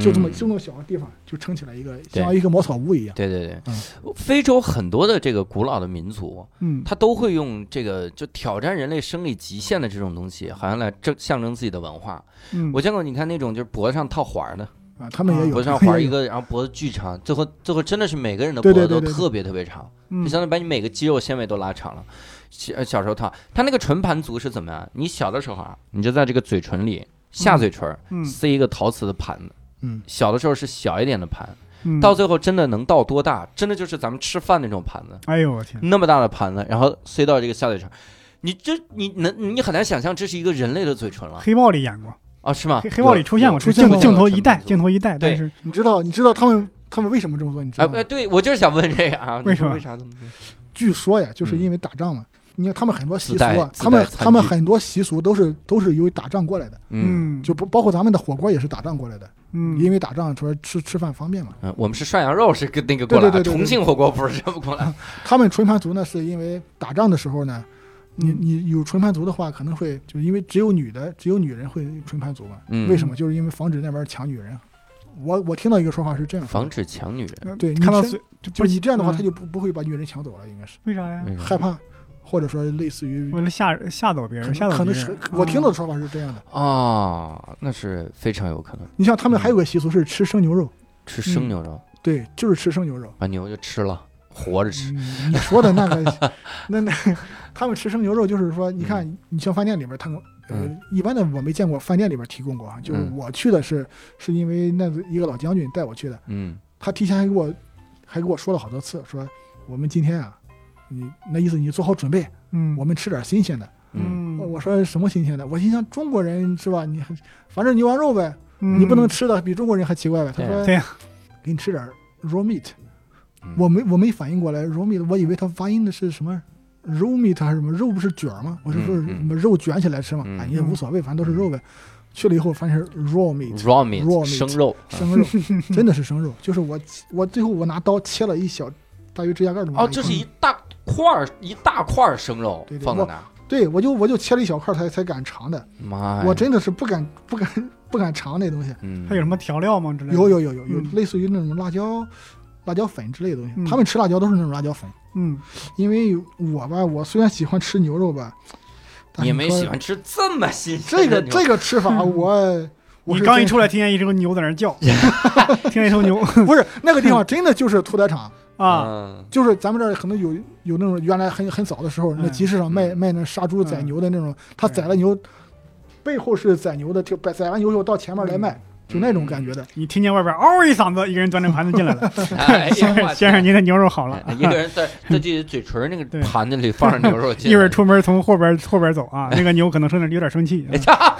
就这么
嗯
就那么小个地方就撑起来一个，像一个茅草屋一样。
对对对
嗯，
非洲很多的这个古老的民族，
嗯，
他都会用这个就挑战人类生理极限的这种东西，好像来证象征自己的文化。
嗯
我见过，你看那种就是脖子上套环儿的，
啊，他们也有，
脖子上
他们
环儿
也
一
有，
个，然后脖子巨长，最后最后真的是每个人的脖
对
子
对
都
对对对
特别特别长，
嗯
就相当于把你每个肌肉纤维都拉长了。小呃小时候套，他那个唇盘族是怎么样？你小的时候啊，你就在这个嘴唇里下嘴唇儿
嗯
塞一个陶瓷的盘子，
嗯，
小的时候是小一点的盘，
嗯
到最后真的能到多大？真的就是咱们吃饭那种盘子，
哎呦我天，
那么大的盘子，然后塞到这个下嘴唇，你这你能你很难想象这是一个人类的嘴唇了
黑豹里演过，
啊，是吗？
黑黑豹里
有
出现过，
有
出现
镜
过
头镜头一带，
有
镜头一带，
对
但是
你知道，你知道他们他们为什么这么做？你知
哎
道
哎，
吗？
对我就是想问这个啊，
为什
你说
么
为啥这么说
据说呀，就是因为打仗嘛。你看他们很多习
自
俗
带嗯
啊，
自
他们
带餐
他们
具
很多习俗都是都是由于打仗过来的，
嗯
嗯
就不包括咱们的火锅也是打仗过来的。
嗯
因为打仗，说吃吃饭方便嘛。
嗯，我们是涮羊肉是跟那个过来啊，
对对对对对
重庆火锅不是这么过来，啊
他们纯盘族呢，是因为打仗的时候呢，你
嗯
你有纯盘族的话，可能会就因为只有女的，只有女人会纯盘族嘛。
嗯
为什么？就是因为防止那边抢女人。啊我我听到一个说法是这样说
防
的，
止强女人。
对你
看到
身
嘴就
就你这样的话，
嗯
他就不不会把女人抢走了，应该是
为啥呀？
为啥
害怕，或者说类似于
为了吓吓走别人，
可能
吓走
可
别
能
人
是。我听到
哦
的说法是这样的。
啊，那是非常有可能
你像他们还有个习俗是吃生牛肉，
吃生
嗯
牛肉，
对，就是吃生牛肉。
把牛就吃了，活着吃。
嗯你说的 那个，那那他们吃生牛肉就是说，你看，你像饭店里边，他们呃
嗯，
一般的我没见过饭店里边提供过啊。就是
嗯
我去的是，是因为那一个老将军带我去的，
嗯
他提前还给我，还给我说了好多次，说我们今天啊，你那意思你做好准备，
嗯，
我们吃点新鲜的。
嗯
嗯，
我说什么新鲜的？我心想中国人是吧？你还反正牛羊肉呗，
嗯
你不能吃的比中国人还奇怪呗。他说
对呀
给你吃点 raw meat。
嗯
我没我没反应过来，roll meat，我以为他发音的是什么 roll meat 还是什么肉不是卷儿吗？我是说
嗯嗯
什么肉卷起来吃嘛，
嗯
哎也无所谓，反正都是肉呗。去了以后发现是 raw meat，
raw meat
嗯 raw
生
meat
肉啊
生肉， 真的是生肉，就是我我最后我拿刀切了一小大约指甲盖儿这么大
哦，
一
这是
块
一大块儿一大块儿生肉
嗯对对
放在那儿，
对我就我就切了一小块儿才才敢尝的，
妈呀！
我真的是不敢不敢不敢尝那东西，
嗯，
它有什么调料吗？之类的？
有，有有有有
嗯
类似于那种辣椒。辣椒粉之类的东西，
嗯
他们吃辣椒都是那种辣椒粉，
嗯，
因为我吧，我虽然喜欢吃牛肉吧，但
你
是
没
说
喜欢吃这么新鲜
这
的
个
牛
这个 吃法我，我
你
是
刚一
真
出来，听见一头牛在那儿叫，听见一头牛
不是那个地 方真的就是屠宰场，
啊，
嗯
就是咱们这儿可能有有那种原来很很早的时候，那
嗯
集市上卖
嗯
卖那杀猪宰牛的那种，他宰了牛，背后是宰牛的，就宰宰完牛以后到前面来
嗯
卖，就那种感觉的。
你听见外边嗷一嗓子，一个人端着盘子进来 了，
哎
先
呀，
生先生，您的牛肉好了
哎
我。哎一个人在在自己嘴唇那个
对
盘子里放着牛 肉进来，
一会儿出门从后边后边走
哎
啊，那个牛可能生的有点生气。啊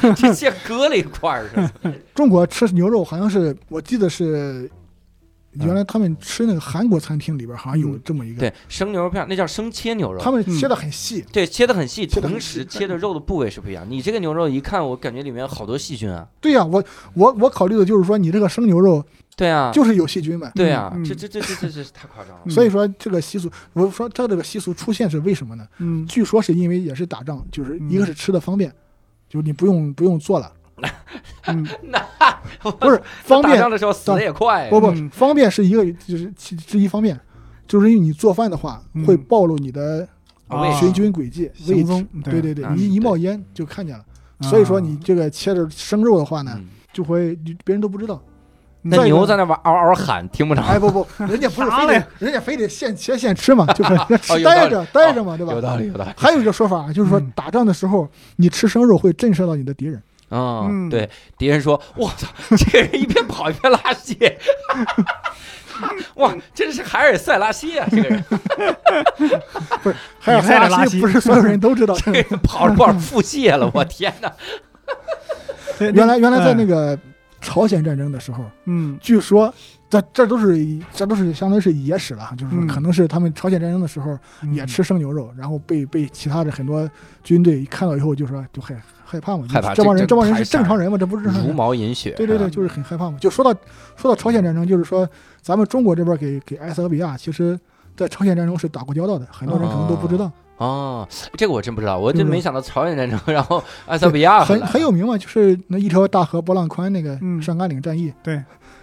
哎 呀，这这割了一块儿是 吧？
中国吃牛肉好像是我记得是，
嗯
原来他们吃那个韩国餐厅里边好像有这么一个，
对，嗯生牛肉片那叫生切牛肉，
他们切的很细，
对切的很细，
切得很
同时
细嗯
切的肉的部位是不一样。你这个牛肉一看，我感觉里面有好多细菌啊。
对呀、我我我考虑的就是说你这个生牛肉
对啊，
就是有细菌呗。
对啊
嗯，嗯
这这这这这这太夸张了
嗯。
所以说这个习俗，我说它这个习俗出现是为什么呢？
嗯，
据说是因为也是打仗，就是一个是吃的方便，就是你不用不用做了，
嗯，
不是方
打仗
便，
的时候死的也快，
不不、
嗯
方便是一个就是其之一方面，就是因为你做饭的话、
嗯
会暴露你的
啊位置
行军轨迹位
行
置
踪，，
对对对，
嗯
你一冒烟就看见了。所以说
啊
你这个切着生肉的话呢，
啊嗯
就会你别人都不 知道。
那
再一个
牛在那玩嗷嗷喊，听不着。
哎不不，人家不是
啥
非
嘞
得人家非得现切 现吃嘛，就是人家
哦
吃
有道理
待着待着嘛，对吧？
有道理，有道理。
还有一个说法啊就是说
嗯，
打仗的时候你吃生肉会震慑到你的敌人。
啊、
嗯
对，敌人说：“我操，这个人一边跑一边拉稀。” 哇，真是海尔塞拉西啊，这个 人
海尔塞
以赛拉西
啊西不是所有人 都知道的。
这个人跑着跑着腹泻了，我天哪！
对
原来原来在那
嗯
个朝鲜战争的时候，
嗯
据说这这都是这都是相当于是野史了，就是说
嗯
可能是他们朝鲜战争的时候
嗯
也吃生牛肉，然后被被其他的很多军队看到以后就说就害害怕嘛，
害怕
这帮人
这
这帮人
太
是
吓
正常人嘛，这不是正 常
茹
人。
毛饮血，
对对对，
是吧，
就是很害怕嘛。就说到说到朝鲜战争，就是说咱们中国这边给给埃塞俄比亚，其实在朝鲜战争是打过交道的，很多人可能都不知道，
哦，这个我真不知道，我真
对
没想到朝鲜战争，然后埃塞俄比亚
很很有名嘛，就是那一条大河波浪宽那个
嗯
上甘岭战役，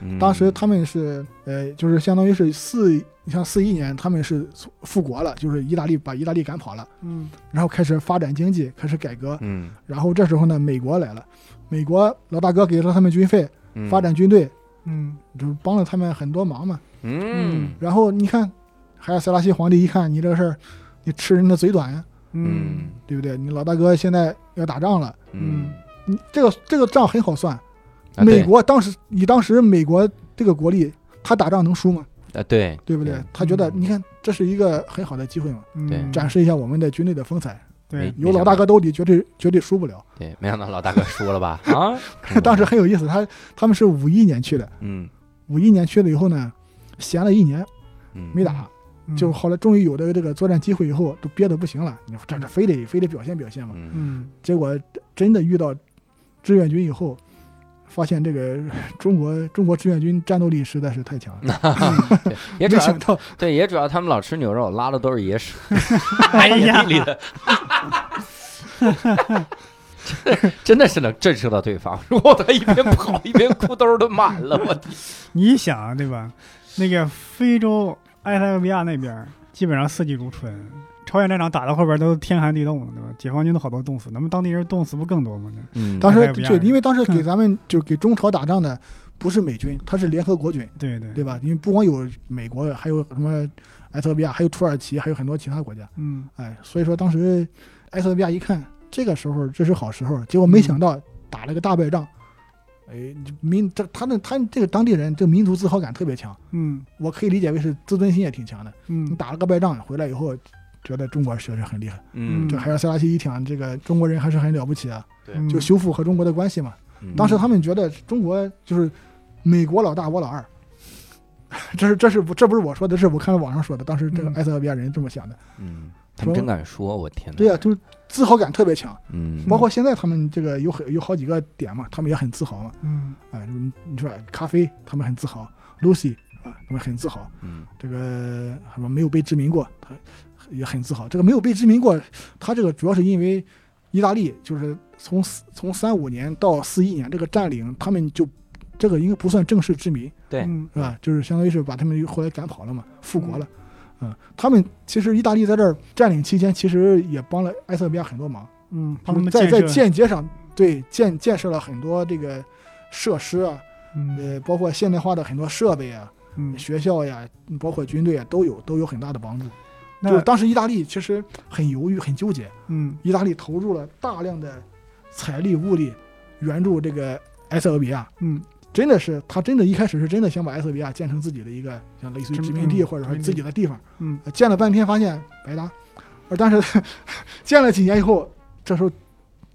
嗯
当时他们是呃，就是相当于是四，你像四一年他们是复国了，就是意大利把意大利赶跑了，
嗯
然后开始发展经济，开始改革，
嗯
然后这时候呢，美国来了，美国老大哥给了他们军费，
嗯
发展军队，
嗯
就是帮了他们很多忙嘛。
嗯
然后你看，海尔塞拉西皇帝一看你这个事儿，你吃人的嘴短呀，
嗯
嗯
对不对？你老大哥现在要打仗了，
嗯
你这个这个仗很好算，
啊
美
对
国当时以当时美国这个国力，他打仗能输吗？
啊对
对不对？他觉得
嗯
你看这是一个很好的机会嘛，
对
嗯
展示一下我们的军队的风采。
对
没
有老大哥兜底，绝对绝对输不了。，
对，没想到老大哥输了吧？ 啊
当时很有意思，他他们是五一年去的，
嗯
五一年去了以后呢，闲了一年
嗯
没打，
嗯
就后来终于有了这个作战机会以后，都憋得不行了，你说这这非得非得表现表现嘛。
嗯
嗯
结果真的遇到志愿军以后，发现这个中国中国志愿军战斗力实在是太强了，
对也主
没
要
想到
对，也主要他们老吃牛肉，拉的都是野屎， 哎呀， 地里的，真的是能震慑到对方。如果他一边跑一边裤兜都满了，我天，
你想对吧？那个非洲埃塞俄比亚那边儿基本上四季如春，朝鲜战场打到后边都天寒地冻了，对吧？解放军都好多冻死，咱们当地人冻死不更多吗？
嗯
当时
太不一样
对，
了嗯
因为当时给咱们就给中朝打仗的不是美军，他是联合国军，
对对
对吧？因为不光有美国，还有什么埃塞俄比亚，还有土耳其，还有很多其他国家。
嗯
哎，所以说当时埃塞俄比亚一看这个时候这是好时候，结
嗯
果没想到打了个大败仗。哎，民这他那他这个当地人这个民族自豪感特别强，
嗯
我可以理解为是自尊心也挺强的。你
嗯，
打了个败仗回来以后，觉得中国确实很厉害。
嗯
这海尔塞拉西一听，这个中国人还是很了不起啊，
嗯
就修复和中国的关系嘛。
嗯
当时他们觉得中国就是美国老大，我老二。 这是这是不这不是我说的，这是我看到网上说的。当时这个
嗯
埃塞俄比亚人这么想的，
嗯，啊他们真敢说，我天哪，
对呀、啊就是自豪感特别强。
嗯，
包括现在他们这个有很有好几个点嘛，他们也很自豪嘛。
嗯
啊、你你说咖啡，他们很自豪；Lucy 啊、他们很自豪。
嗯
这个什么没有被殖民过，他也很自豪。这个没有被殖民过，他这个主要是因为意大利就是从四从三五年到四一年这个占领，他们就这个应该不算正式殖民，
对
嗯
是吧？就是相当于是把他们后来赶跑了嘛，复国了。嗯，他们其实意大利在这儿占领期间，其实也帮了埃塞俄比亚很多忙，
嗯，帮他
就是
们
在在
建设
间接上对建建设了很多这个设施啊，
嗯
呃，包括现代化的很多设备啊，
嗯，
学校呀，包括军队啊，都有都有很大的帮助。
那
就是当时意大利其实很犹豫、很纠结，
嗯
意大利投入了大量的财力、物力援助这个埃塞俄比亚。
嗯
真的是，他真的一开始是真的想把埃塞俄比亚建成自己的一个像类似于
殖
殖
民
民地
嗯
或者
殖
说
民
自
地
己的地方，
嗯
呃建了半天发现白搭，而但是 建了几年以后，这时候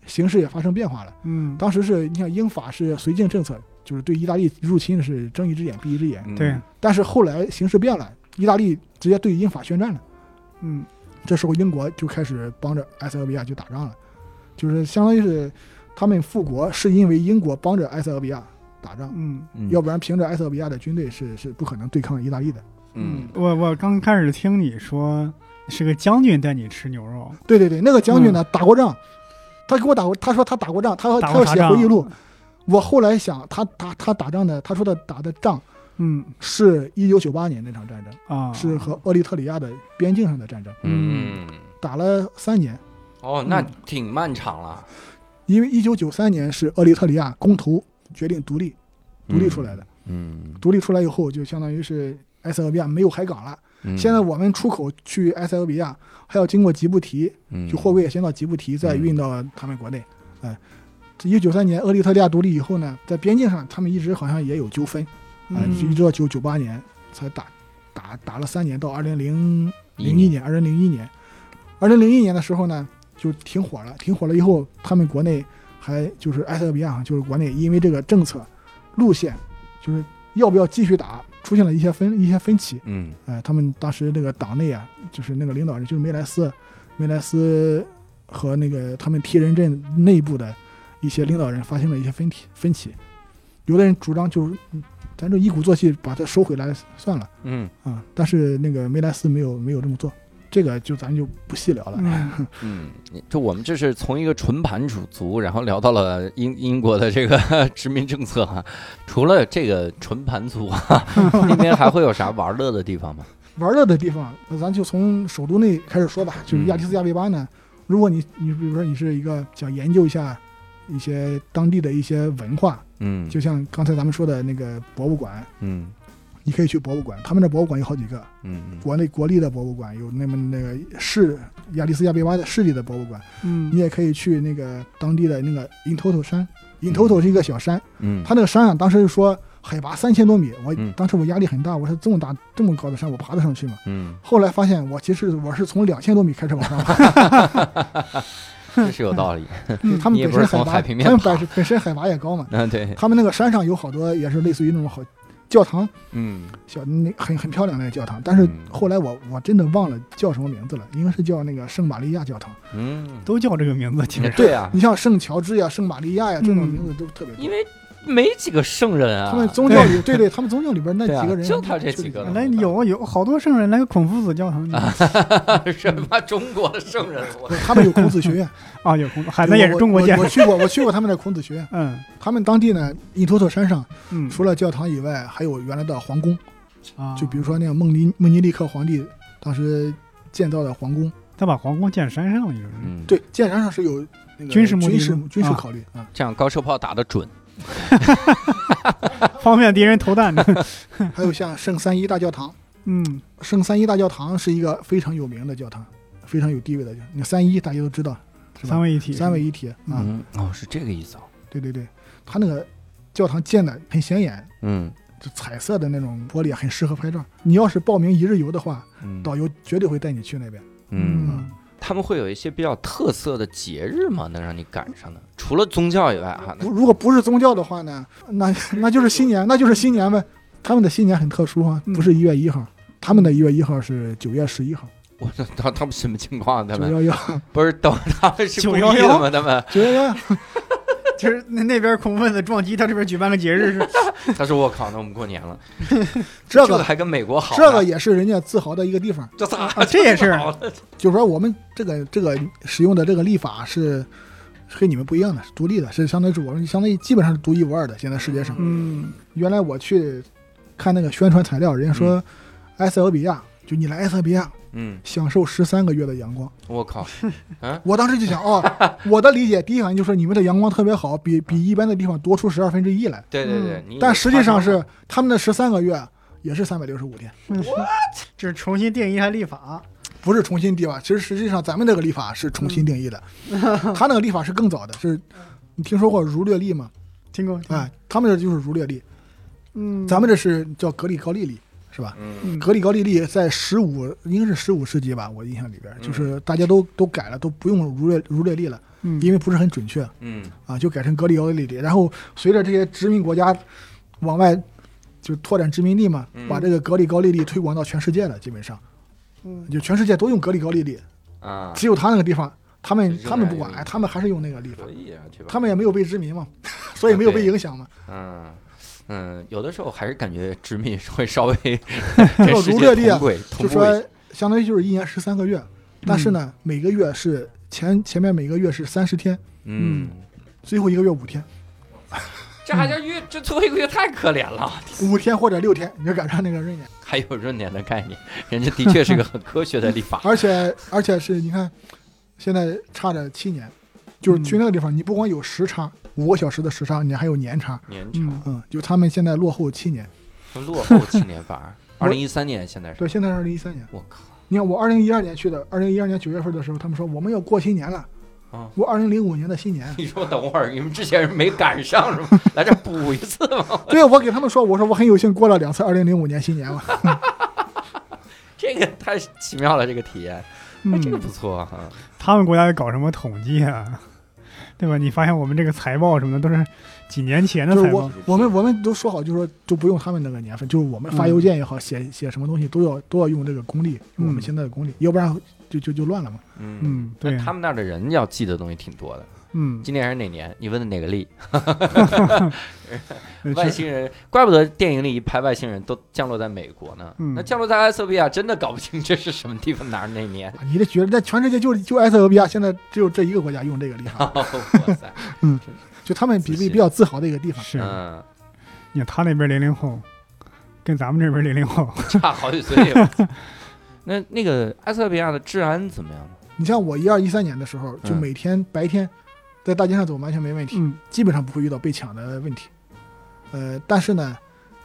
形势也发生变化了。
嗯，
当时是你像英法是绥靖政策，就是对意大利入侵是睁一只眼闭一只
嗯
眼，
对，
但是后来形势变了，意大利直接对英法宣战了。
嗯
这时候英国就开始帮着埃塞俄比亚去打仗了，就是相当于是他们复国是因为英国帮着埃塞俄比亚打仗，
嗯。
要不然凭着埃塞俄比亚的军队是是不可能对抗意大利的。
嗯
我我刚开始听你说是个将军带你吃牛肉，
对对对，那个将军呢、打过仗，他给我打过，他说他打过仗，他要
打
他
过
要
啥
写
仗？
回忆录。我后来想，他打他打仗的，他说的打的仗
嗯
是一九九八年那场战争，
啊，
是和厄立特里亚的边境上的战争，
嗯，
打了三年。
哦，那挺漫长了，
因为一九九三年是厄立特里亚公投决定独立，独立出来的。
嗯，
独立出来以后，就相当于是埃塞俄比亚没有海港了。
嗯，
现在我们出口去埃塞俄比亚，还要经过吉布提，
嗯
就货柜先到吉布提，再运到他们国内。哎，这一九九三年厄立特里亚独立以后呢，在边境上他们一直好像也有纠纷，啊、
嗯
一直到九九八年才打打打了三年，到二零零
一
零一年，二零零一年，二零零一年的时候呢，就停火了。停火了以后，他们国内还就是埃塞俄比亚，就是国内因为这个政策路线，就是要不要继续打，出现了一些分一些分歧。
嗯
呃，他们当时那个党内啊，就是那个领导人，就是梅莱斯，梅莱斯和那个他们提人镇内部的一些领导人发生了一些分歧分歧，有的人主张就是嗯咱就一鼓作气把它收回来算了
嗯
啊、但是那个梅莱斯没有没有这么做，这个就咱就不细聊了。
嗯，
嗯，就我们这是从一个纯盘主族，然后聊到了英英国的这个 殖民政策哈、除了这个纯盘族啊，那边还会有啥玩乐的地方吗？
玩乐的地方，那咱就从首都内开始说吧。就是亚的斯亚维巴呢，如果你你比如说你是一个想研究一下一些当地的一些文化，
嗯，
就像刚才咱们说的那个博物馆，
嗯
你可以去博物馆，他们的博物馆有好几个，
嗯
国内国立的博物馆有那么那个市亚历斯亚贝巴的市里的博物馆，
嗯
你也可以去那个当地的那个 Intoto 山，Intoto 是一个小山，
嗯，
它那个山啊，当时说海拔三千多米，我
嗯
当时我压力很大，我说这么大这么高的山我爬得上去吗？
嗯，
后来发现我其实我是从两千多米开始往上 爬，
这是有道理。
嗯
对他们
你也
本
不是
身
从
海
海
拔，
平面
他们
爬
本本身海拔也高嘛，
嗯，对，
他们那个山上有好多也是类似于那种好教堂。
嗯
小那很很漂亮那个教堂，但是
嗯
后来我我真的忘了叫什么名字了，应该是叫那个圣玛利亚教堂。
嗯，
都叫这个名字，其实
对啊，
你像圣乔治呀、圣玛利亚呀这
嗯
种名字都特别多。
因为没几个圣人啊，
他们 宗教里，对对，他们宗教里边那
对啊
几个人，
就他这几个
就
来有啊有好多圣人，来个孔夫子教堂啊
什么中国的圣人，我
不是他们有孔子学 院，
啊有孔子，海南也是中国建
我
的
我我，去过，我去过他们的孔子学院。
嗯
他们当地呢，伊托托山上
嗯，
除了教堂以外，还有原来的皇宫，
啊
就比如说那个孟尼孟尼利克皇帝当时建造的皇宫。
他把皇宫建山上了，就是
嗯，
对，建山上是有那个
军事目的
军事
吗
军事
啊
考虑啊。
这样高射炮打得准，
方便敌人投弹 的，
还有像圣三一大教堂。
嗯
圣三一大教堂是一个非常有名的教堂，非常有地位的教堂。那三一大家都知道，是吧
三位一体，
三位一体啊、
嗯，哦，是这个意思哦，
对对对，它那个教堂建的很显眼，
嗯
就彩色的那种玻璃，很适合拍照。你要是报名一日游的话，
嗯
导游绝对会带你去那边。
嗯，他们会有一些比较特色的节日吗？能让你赶上的，除了宗教以外哈，那
如如果不是宗教的话呢，那那就是新年，那就是新年呗。他们的新年很特殊啊，
嗯
不是一月一号，他们的一月一号是九月十一号，
我他他们什么情况？他
九
们
幺幺，
不是等他们是故意的吗？他们
九幺幺，
就是那那边孔夫子撞击，他这边举办个节日是，
他说我靠，那我们过年了，
这
个
个
还跟美国好呢，
这个也嗯是人家自豪的一个地方。
这咋
啊这也是
好了
就是说我们这个这个使用的这个立法是是跟你们不一样的，是独立的，是相当于是我们相当于基本上是独一无二的。现在世界上，
嗯
原来我去看那个宣传材料，人家说埃塞俄比亚，就你来埃塞俄比亚
嗯，
享受十三个月的阳光。
我靠，
嗯我当时就想，哦，我的理解第一反应就是你们的阳光特别好，比比一般的地方多出十二分之一来。
对对对，你
但实际上是他们的十三个月也是三百六十五天，
就是重新定义一下立法，
不是重新立法。其实实际上咱们这个立法是重新定义的，
嗯
他那个立法是更早的，是你听说过儒略历吗？
听过？听过
哎，，他们这就是儒略历，
嗯，
咱们这是叫格里高利历，是吧？
嗯
格里高利历在十五，应该是十五世纪吧，我印象里边，就是大家都都改了，都不用儒略儒略历了，
嗯
因为不是很准确
嗯
啊，就改成格里高利历。然后随着这些殖民国家往外就拓展殖民地嘛
嗯，
把这个格里高利历推广到全世界了，基本上
嗯
就全世界都用格里高利历，
啊，
只有他那个地方，他们
仍然
他们不管，
有
哎，他们还是用那个历法
可，以啊，对吧？啊
他们也没有被殖民嘛， 所以没有被影响嘛。
嗯嗯，有的时候还是感觉殖民会稍 微
这
跟
个
世
儒
界
略历
同
啊
轨，
就
同步一嗯
说相当于就是一年十三个月，但是呢，每个月是前前面每个月是三十天，
嗯
嗯，
最后一个月 五天，
这还叫越这最后一个月太可怜了，
五天或者六天，你就赶上那个闰 年。。
还有闰年的概念，人家的确是个很科学的历法
而且而且是你看，现在差着七年，就是
嗯
去那个地方，你不光有时差五个小时的时差，你还有年差。
年长
嗯
嗯，就他们现在落后七年，
嗯落后青年反而，二
我
零一三年现在是，
对，现在是二零一三年。
我靠，
你看我二零一二年去的，二零一二年九月份的时候，他们说我们要过新年了，
嗯。
过二零零五年的新年
你说等会儿你们之前是没赶上是吗？来这儿补一次吗？
对，我给他们说，我说我很有幸过了两次二零零五年新年了。
这个太奇妙了，这个体验，哎，这个
嗯
不，错哈、
他们国家搞什么统计啊？ 对吧？你发现我们这个财报什么的都是几年前的
就
财
是我
报，
我们我们都说好，就说就不用他们那个年份，就是我们发邮件也好，写写什么东西都要都要用这个功力，用我们
嗯
现在的功力，要不然就就就乱了嘛。
嗯，
嗯，对
哎，他们那儿的人要记得东西挺多的。
嗯，
今年是哪年？你问的哪个历？
呃
外
是
星人，怪不得电影里一拍外星人都降落在美国呢。
嗯
那降落在埃塞俄比亚，真的搞不清这是什么地方，哪儿哪年？
啊你这觉得在全世界就就埃塞俄比亚现在只有这一个国家用这个厉
啊
害，
哦哇塞，
就他们比
仔细
比比较自豪的一个地方。
是，
嗯，
你看他那边零零后，跟咱们这边零零后，
差好几岁了。那那个埃塞俄比亚的治安怎么样呢？
你像我一二一三年的时候，就
嗯
每天白天在大街上走完全没问题，
嗯
基本上不会遇到被抢的问题。呃，但是呢，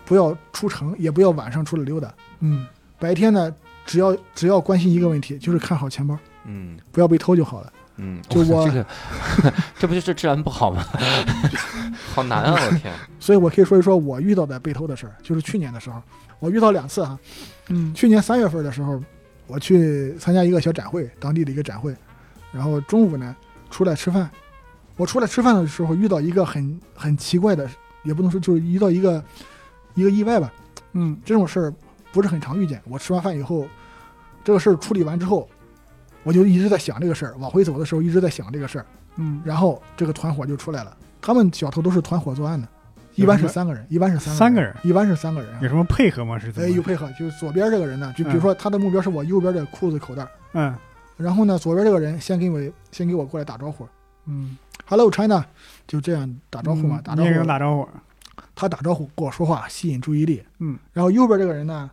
不要出城，也不要晚上出来溜达。
嗯
白天呢，只要只要关心一个问题，就是看好钱包，
嗯
不要被偷就好了。
嗯，
就
哇
我
这个， 这不就是治安不好吗？好难啊！我 天，
所以我可以说一说我遇到的被偷的事儿，就是去年的时候，我遇到两次哈。
嗯
去年三月份的时候，我去参加一个小展会，当地的一个展会，然后中午呢出来吃饭，我出来吃饭的时候遇到一个很很奇怪的，也不能说就是遇到一个一个意外吧，
嗯
这种事儿不是很常遇见。我吃完饭以后，这个事儿处理完之后，我就一直在想这个事儿，往回走的时候一直在想这个事儿，
嗯，
然后这个团伙就出来了，他们小偷都是团伙作案的，一般是三个人，一般是三
三
个
个
人，
人
一般是三个人啊
有。什么配合吗？是怎
哎，
么？
有配合，就是左边这个人呢，就比如说他的目标是我右边的裤子口袋，
嗯
然后呢，左边这个人先给我先给我过来打招呼
嗯，
，Hello China，就这样打招呼嘛，
嗯
打
你
招
也跟他
呼，
打招呼，
他打招呼跟我说话吸引注意力，
嗯，
然后右边这个人呢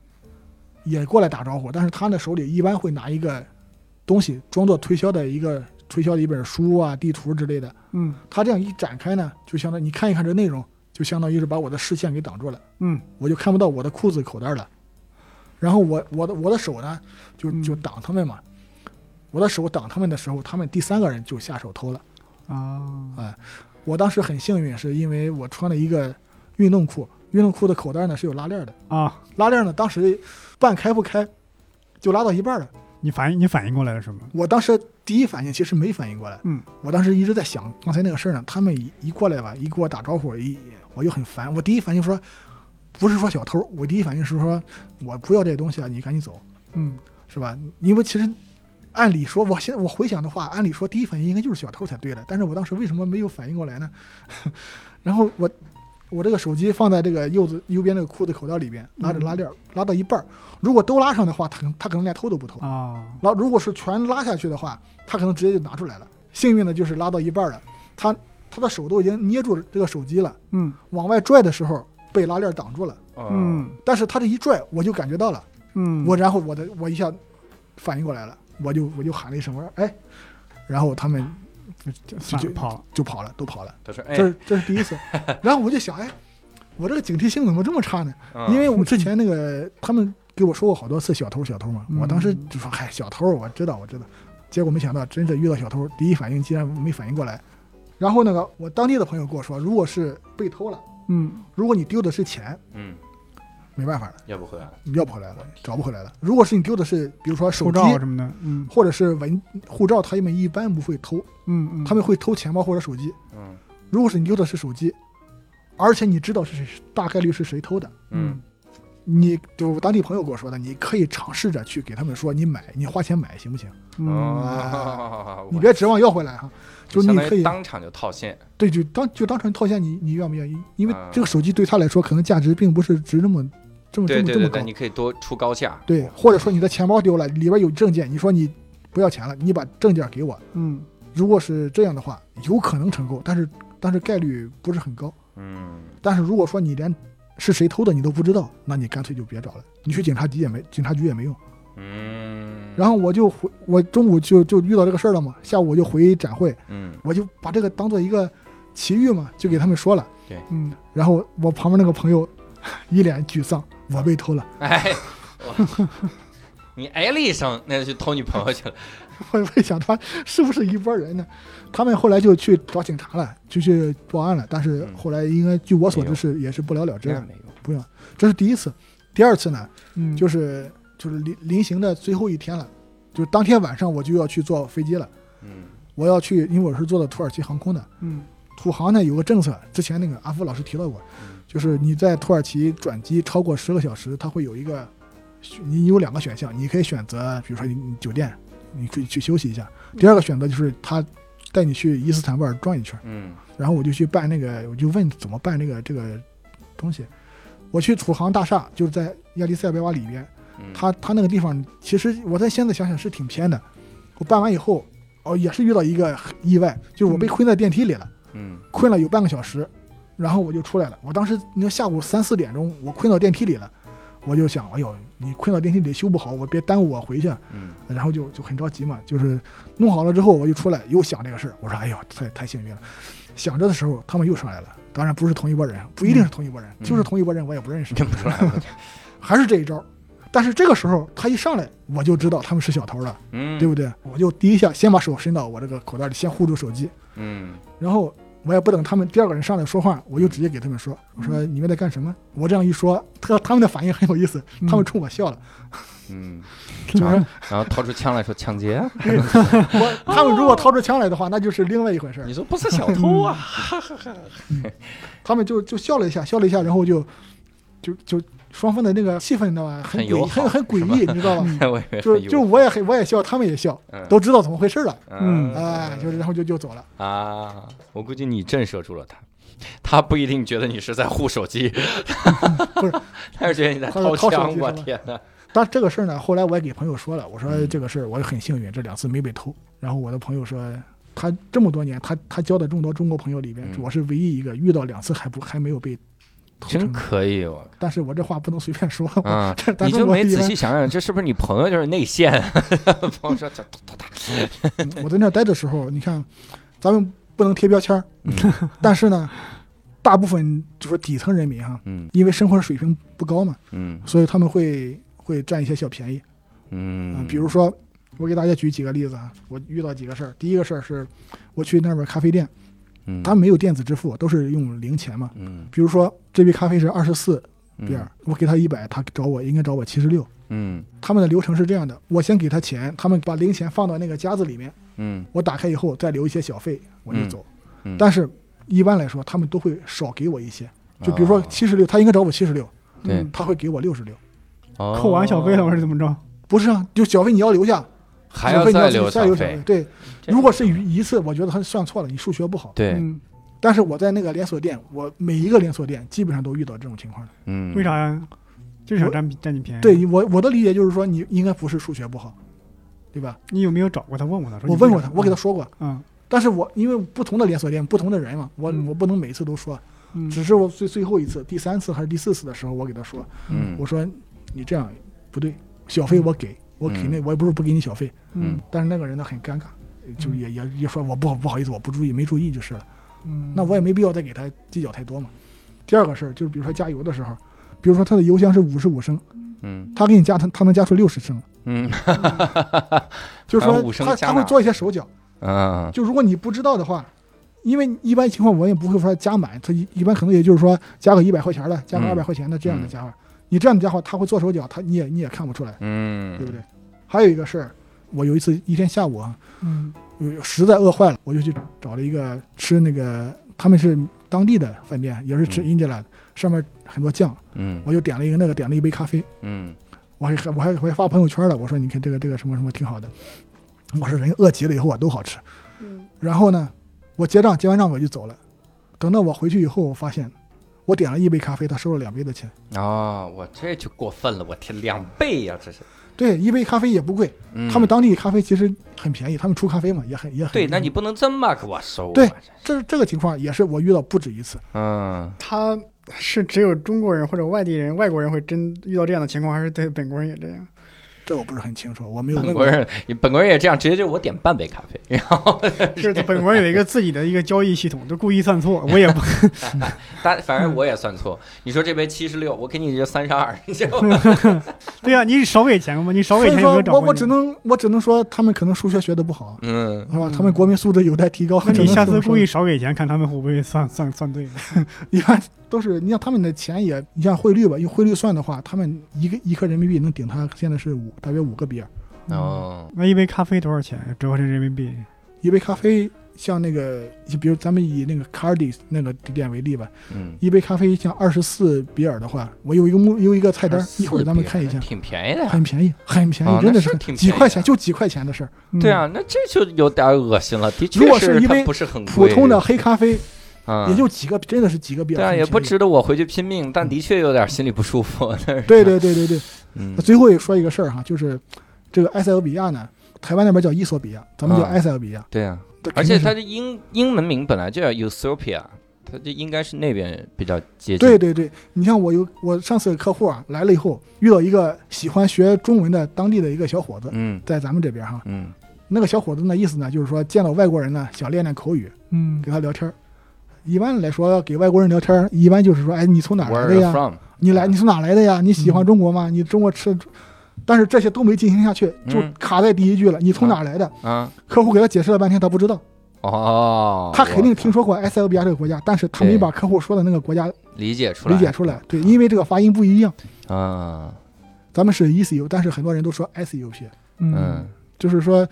也过来打招呼，但是他的手里一般会拿一个东西，装作推销的一个推销的一本书啊、地图之类的，
嗯
他这样一展开呢，就相当于你看一看这内容，就相当于是把我的视线给挡住了。
嗯，
我就看不到我的裤子口袋了。然后我我的我的手呢，就
嗯
就挡他们嘛。我的手挡他们的时候，他们第三个人就下手偷了。
啊，
我当时很幸运，是因为我穿了一个运动裤，运动裤的口袋呢是有拉链的，
啊，
拉链呢当时半开不开，就拉到一半了。
你反应你反应过来了是吗？
我当时第一反应其实没反应过来，
嗯，
我当时一直在想刚才那个事儿呢，他们一一过来吧，一给我打招呼，一我就很烦，我第一反应说不是说小偷，我第一反应是说我不要这东西啊了，你赶紧走，
嗯
是吧？因为其实按理说，我现在我回想的话，按理说第一反应应该就是小偷才对的，但是我当时为什么没有反应过来呢？ 然后我我这个手机放在这个右子右边那个裤子口袋里边，拉着拉链儿拉到一半儿，如果都拉上的话，他可能他可能连偷都不偷。
啊，
然后如果是全拉下去的话，他可能直接就拿出来了。幸运的就是拉到一半了，他他的手都已经捏住这个手机了，
嗯
往外拽的时候被拉链挡住了。
哦，
嗯
但是他这一拽，我就感觉到了，
嗯，
我然后我的我一下反应过来了，我就我就喊了一声，我说哎，然后他们
就算
就
了跑了，
就跑了，都跑了。
他说，哎
这，是这是第 一次，然后我就想，哎，我这个警惕性怎么这么差呢？
嗯
因为我之前那个他们给我说过好多次小偷小偷嘛，
嗯
我当时就说嗨小偷我知道我知道，结果没想到真的遇到小偷，第一反应竟然没反应过来。然后那个我当地的朋友跟我说，如果是被偷了，
嗯
如果你丢的是钱，
嗯，
没办法了，
要不啊回来了，
你要不回来了，找不回来了。如果是你丢的是比如说手
护
机
照什么的，嗯
或者是文护照，他们一般不会偷，
嗯嗯，
他们会偷钱包或者手机。
嗯
如果是你丢的是手机，而且你知道是谁，大概率是谁偷的，
嗯
嗯
你就我当地朋友跟我说的，你可以尝试着去给他们说，你买，你花钱买行不行？
嗯
哦
你别指望要回来哈，就
相
你
当
可
于
以
当场就套现，
对，就当就当成套现你，你愿不愿意？因为
啊
这个手机对他来说可能价值并不是值那么这么这
对
么
对
这
对
么
对，
高
你，可以多出高价，
对，或者说你的钱包丢了，里边有证件，你说你不要钱了，你把证件给我。
嗯
如果是这样的话，有可能成功，但是但是概率不是很高。
嗯，
但是如果说你连是谁偷的你都不知道，那你干脆就别找了，你去警察局也没警察局也没用。
嗯，
然后我就回，我中午就就遇到这个事儿了嘛，下午我就回展会，
嗯
我就把这个当做一个奇遇嘛，就给他们说了。
嗯
然后我旁边那个朋友一脸沮丧，我被偷了。
哎，你哎了一声，那就去偷你朋友去了。
我 会想他是不是一拨人呢？他们后来就去找警察了，就去报案了。但是
嗯
后来应该据我所
没
知
有
是也是不了了之
这
了
样，没用，
不用。这是第一次，第二次呢，
嗯，
就是是就是临临行的最后一天了，就是当天晚上我就要去坐飞机了，
嗯
我要去，因为我是坐的土耳其航空的。
嗯
土航呢有个政策，之前那个阿福老师提到过
嗯，
就是你在土耳其转机超过十个小时，它会有一个，你有两个选项，你可以选择，比如说你你酒店，你可以去休息一下；第二个选择就是他带你去伊斯坦布尔转一圈。
嗯
然后我就去办那个，我就问怎么办这个这个东西。我去土航大厦，就是在亚历塞拜瓦里边，
嗯，
他他那个地方，其实我在现在想想是挺偏的。我办完以后，哦，也是遇到一个意外，就是我被
嗯
困在电梯里了。
嗯
困了有半个小时，然后我就出来了。我当时你看下午三四点钟，我困到电梯里了，我就想，哎呦，你困到电梯里修不好，我别耽误我回去。
嗯
然后就就很着急嘛，就是弄好了之后，我就出来又想这个事儿，我说，哎呦，太太幸运了。想着的时候，他们又上来了，当然不是同一拨人，不一定是同一拨人，
嗯
就是同一拨人，我也不 认识，
认不出来了，
还是这一招。但是这个时候他一上来，我就知道他们是小偷了，
嗯，
对不对？我就第一下先把手伸到我这个口袋里，先护住手机，
嗯
然后我也不等他们第二个人上来说话，我就直接给他们说：“我说你们在干什么？”我这样一说，他他们的反应很有意思，他们冲 我笑了。
嗯，
就是
然后掏出枪来说抢劫啊，
我他们如果掏出枪来的话，那就是另外一回事儿
你。说不是小偷啊？
他们就就笑了一下，笑了一下，然后就就就双方的那个气氛，你知道吧？很
很友
诡
好
很很诡
是吧
异，你知道 吧？
我以为
就
很
就
有
我也很我也笑，他们也笑，
嗯
都知道怎么回事了。
嗯
哎，就是然后就就走了。
啊，我估计你震慑住了 他，他不一定觉得你是在护手机，
不是，
他是觉得你在
他是
掏
掏手
枪。
机
我
是吧
天哪！
但这个事儿呢，后来我也给朋友说了，我说
嗯
这个事儿我很幸运，这两次没被偷。然后我的朋友说，他这么多年，他他交的众多中国朋友里边
嗯，
我是唯一一个遇到两次还不还没有被偷成
真
功。
可以我。
但是我这话不能随便说，
啊
这咱
你
中
就
国
没
一
仔
般
细想想，这是不是你朋友就是内线？朋友说这
嗯我在那儿待的时候，你看，咱们不能贴标签儿，
嗯
但是呢，大部分就是底层人民哈，
嗯
因为生活水平不高嘛，
嗯
所以他们会会占一些小便宜。嗯，
嗯，
比如说，我给大家举几个例子啊，我遇到几个事儿。第一个事儿是，我去那边咖啡店，
嗯
他们没有电子支付，都是用零钱嘛。
嗯
比如说这杯咖啡是二十四
嗯
比尔，我给他一百，他找我应该找我七十六。
嗯
他们的流程是这样的：我先给他钱，他们把零钱放到那个夹子里面，
嗯
我打开以后再留一些小费，我就走。
嗯嗯
但是一般来说，他们都会少给我一些，就比如说
啊
七十六，他应该找我七十六，
对
他会给我六十六。
扣完小费了，
哦
我是怎么着？
不是啊，就小费你要留下，
还
小
要
费你
再
自己
留
再
小
留小
费
费。，对，
这
如果是一一次，我觉得他算错了，你数学不好。
对，
嗯，
但是我在那个连锁店，我每一个连锁店基本上都遇到这种情况的。
嗯，
为啥呀？就是想占占你便宜。，
对我我的理解就是说，你应该不是数学不好，对吧？
你有没有找过他？问过他，说
我
你
问
为
过
啥
他，我给他，说过，
嗯
但是我因为不同的连锁店、不同的人嘛，我
嗯
我不能每次都说，
嗯，
只是我最最后一次、第三次还是第四次的时候，我给他说，
嗯？
我说你这样不对，小费我给，我给那我也不是不给你小费，
嗯
但是那个人呢很尴尬，
嗯
就是也也也说我不好不好意思，我不注意，没注意就是了。
嗯，
那我也没必要再给他计较太多嘛。第二个事儿就是，比如说加油的时候，比如说他的油箱是五十五升，
嗯
他给你加他他能加出六十升，
嗯
就是
还有
说
5升
他
加
他
满
会做一些手脚。
啊，
就如果你不知道的话，因为一般情况我也不会说加满，他一一般可能也就是说加个一百块钱的，加
嗯
个二百块钱的这样的加法。你这样的加法，他会做手脚，他你也你也看不出来，
嗯，
对不对？还有一个事儿，我有一次一天下午啊，
嗯
有实在饿坏了，我就去找了一个吃那个，他们是当地的饭店，也是吃
嗯
India 的，上面很多酱，
嗯
我就点了一个那个，点了一杯咖啡，
嗯
我还 我还我还发朋友圈了，我说你看这个这个什么什么挺好的，我说人饿极了以后啊都好吃，
嗯
然后呢，我结账结完账我就走了，等到我回去以后，我发现我点了一杯咖啡，他收了两杯的钱，
啊，我这就过分了，我天，两倍呀，这是。
对，一杯咖啡也不贵，
嗯
他们当地咖啡其实很便宜，他们出咖啡嘛也很也很
对，那你不能这么给我收啊。
对
这
这这个情况也是我遇到不止一次，
嗯，
他是只有中国人或者外地人、外国人会真遇到这样的情况，还是对本国人也这样？
这我不是很清楚，我没有
本
问
国
过。
人，本国人也这样，直接就我点半杯咖啡，然后
就是本国有一个自己的一个交易系统，就故意算错，我也不
但反正我也算错。你说这杯七十六，我给你这三十二，就
对啊，你少给钱嘛，你少
所
给
以
钱有没
说
有找
我
过
我
你
只能我只能说他们可能数学学的不好，
嗯，
是吧？
嗯
他们国民素质有待提高。
那你下次故意
意
少给钱，看他们会不会算算算对？
一般都是你像他们的钱也，你像汇率吧，用汇率算的话，他们一个一颗人民币能顶他现在是五大约五个啊比尔，
嗯
哦，
那一杯咖啡多少钱？折合成人民币？
一杯咖啡。像那个，就比如咱们以那个卡尔迪那个地点为例吧，
嗯，
一杯咖啡像二十四比尔的话，我有一个目有一个菜单，一会儿咱们看一下，
挺便宜的呀。
很便宜，很便
啊
宜，真的
那是挺
几
便宜
块
的
钱，就几块钱的事儿。
嗯
对，啊，那这就有点恶心了。的
如
确
果是一
它
杯
不是很
普
贵
通的黑咖啡
啊，
也就几个，真的是几个比尔。
对啊，
很
也不
便宜。
值得我回去拼命，但的确有点心里不舒服。但是
对对对对对，
嗯
最后也说一个事儿哈，就是这个埃塞俄比亚呢，台湾那边叫伊索比亚，咱们叫
嗯
埃塞俄比亚。
对啊，
这肯
而且
定是
它的英英文名本来就叫 Ethiopia，它就应该是那边比较接近。
对对对，你像我有我上次客户啊来了以后，遇到一个喜欢学中文的当地的一个小伙子，
嗯
在咱们这边哈，
嗯
那个小伙子呢意思呢就是说见到外国人呢想练练口语，
嗯
给他聊天儿。一般来说，给外国人聊天儿，一般就是说，哎，你从哪儿
，Where
来
are
的
you
呀？
from？
你
嗯
来，你从哪来的呀？你喜欢中国吗？你中国吃，但是这些都没进行下去，就
嗯
卡在第一句了。你从哪儿来的？
啊，
客户给他解释了半天，他不知道。
哦，
他肯定
我
听说过埃塞俄比亚这个国家，但是他
对
没把客户说的那个国家
理解出来，
理解出来。对，因为这个发音不一样，
啊，
咱们是 ECU，但是很多人都说 SUP，
嗯
就是说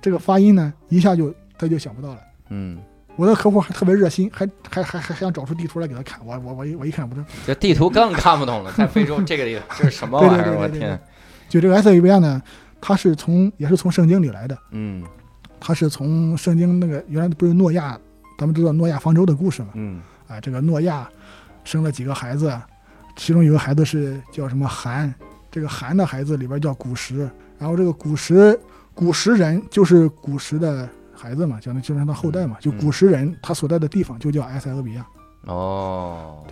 这个发音呢，一下就他就想不到了。
嗯，
我的客户还特别热心，还还还还还想找出地图来给他看。我我我一我一看，我说
这地图更看不懂了，在非洲这个地方这是什么玩意儿？我
对对对对对
天，
就这个埃塞俄比亚呢，它是从也是从圣经里来的，
嗯
它是从圣经那个原来不是诺亚，咱们知道诺亚方舟的故事嘛？
嗯
啊，这个诺亚生了几个孩子，其中有个孩子是叫什么韩，这个韩的孩子里边叫古时，然后这个古时古时人就是古时的孩子嘛，讲的就是他的后代嘛，就古时人他所在的地方就叫埃塞俄比亚。
哦，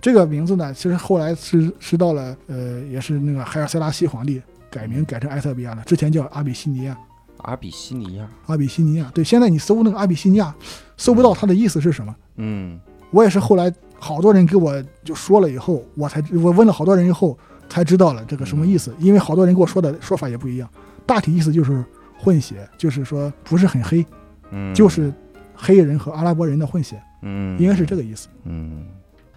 这个名字呢，其实后来是是到了呃，也是那个海尔塞拉西皇帝改名改成埃塞俄比亚了，之前叫阿比西尼亚。
阿比西尼亚，
阿比西尼亚，对，现在你搜那个阿比西尼亚，搜不到它的意思是什么。
嗯
我也是后来好多人给我就说了以后，我才我问了好多人以后才知道了这个什么意
嗯
思，因为好多人跟我说的说法也不一样，大体意思就是混血，就是说不是很黑，
嗯，
就是黑人和阿拉伯人的混血，
嗯，
应该是这个意思。
嗯，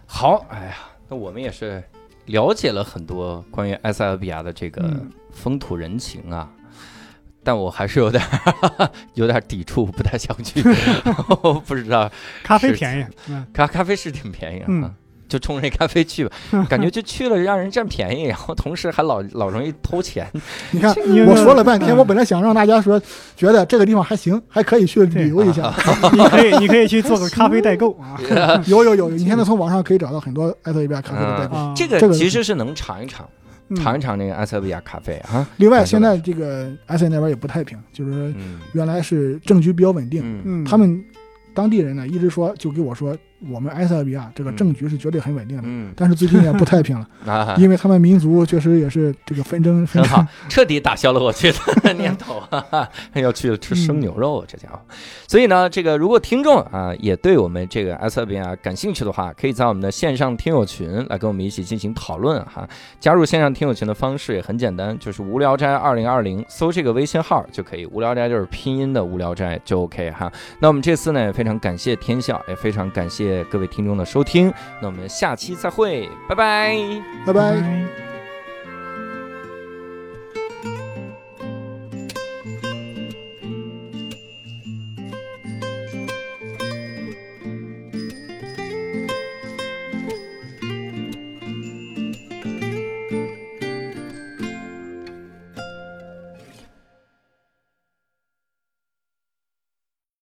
好，哎呀，那我们也是了解了很多关于埃塞俄比亚的这个
嗯
风土人情啊，但我还是有点儿 有点儿抵触，不太想去，我不知道
咖啡便宜，嗯，
咖咖啡是挺便宜啊。
嗯
就冲着咖啡去吧，感觉就去了让人占便宜，然后同时还老老容易偷钱。
你看，
因为
我说了半天，
嗯
我本来想让大家说觉得这个地方还行，还可以去旅游一下。
你可以你可以去做个咖啡代购啊，
有 有有，有你现在从网上可以找到很多埃塞俄比亚咖啡的代购。
啊
这
这
个
个
其实是能尝一尝，
嗯
尝一尝那个埃塞俄比亚咖啡啊。
另外，现在这个埃塞那边也不太平，就是说
嗯
原来是政局比较稳定，
嗯
嗯，
他们当地人呢一直说，就跟我说，我们埃塞俄比亚这个
嗯
政局是绝对很稳定的，
嗯，
但是最近也不太平了，
啊，
因为他们民族确实也是这个纷争纷
很
争
好。，彻底打消了我去 的念头啊！ 嗯要去吃生牛肉，啊这家伙。所以呢，这个如果听众啊也对我们这个埃塞俄比亚啊感兴趣的话，可以在我们的线上听友群来跟我们一起进行讨论哈、加入线上听友群的方式也很简单，就是无聊斋二零二零，搜这个微信号就可以。无聊斋就是拼音的无聊斋就 OK 哈。那我们这次呢也非常感谢天笑，也非常感谢各位听众的收听。那我们下期再会，拜拜。
拜拜。
拜。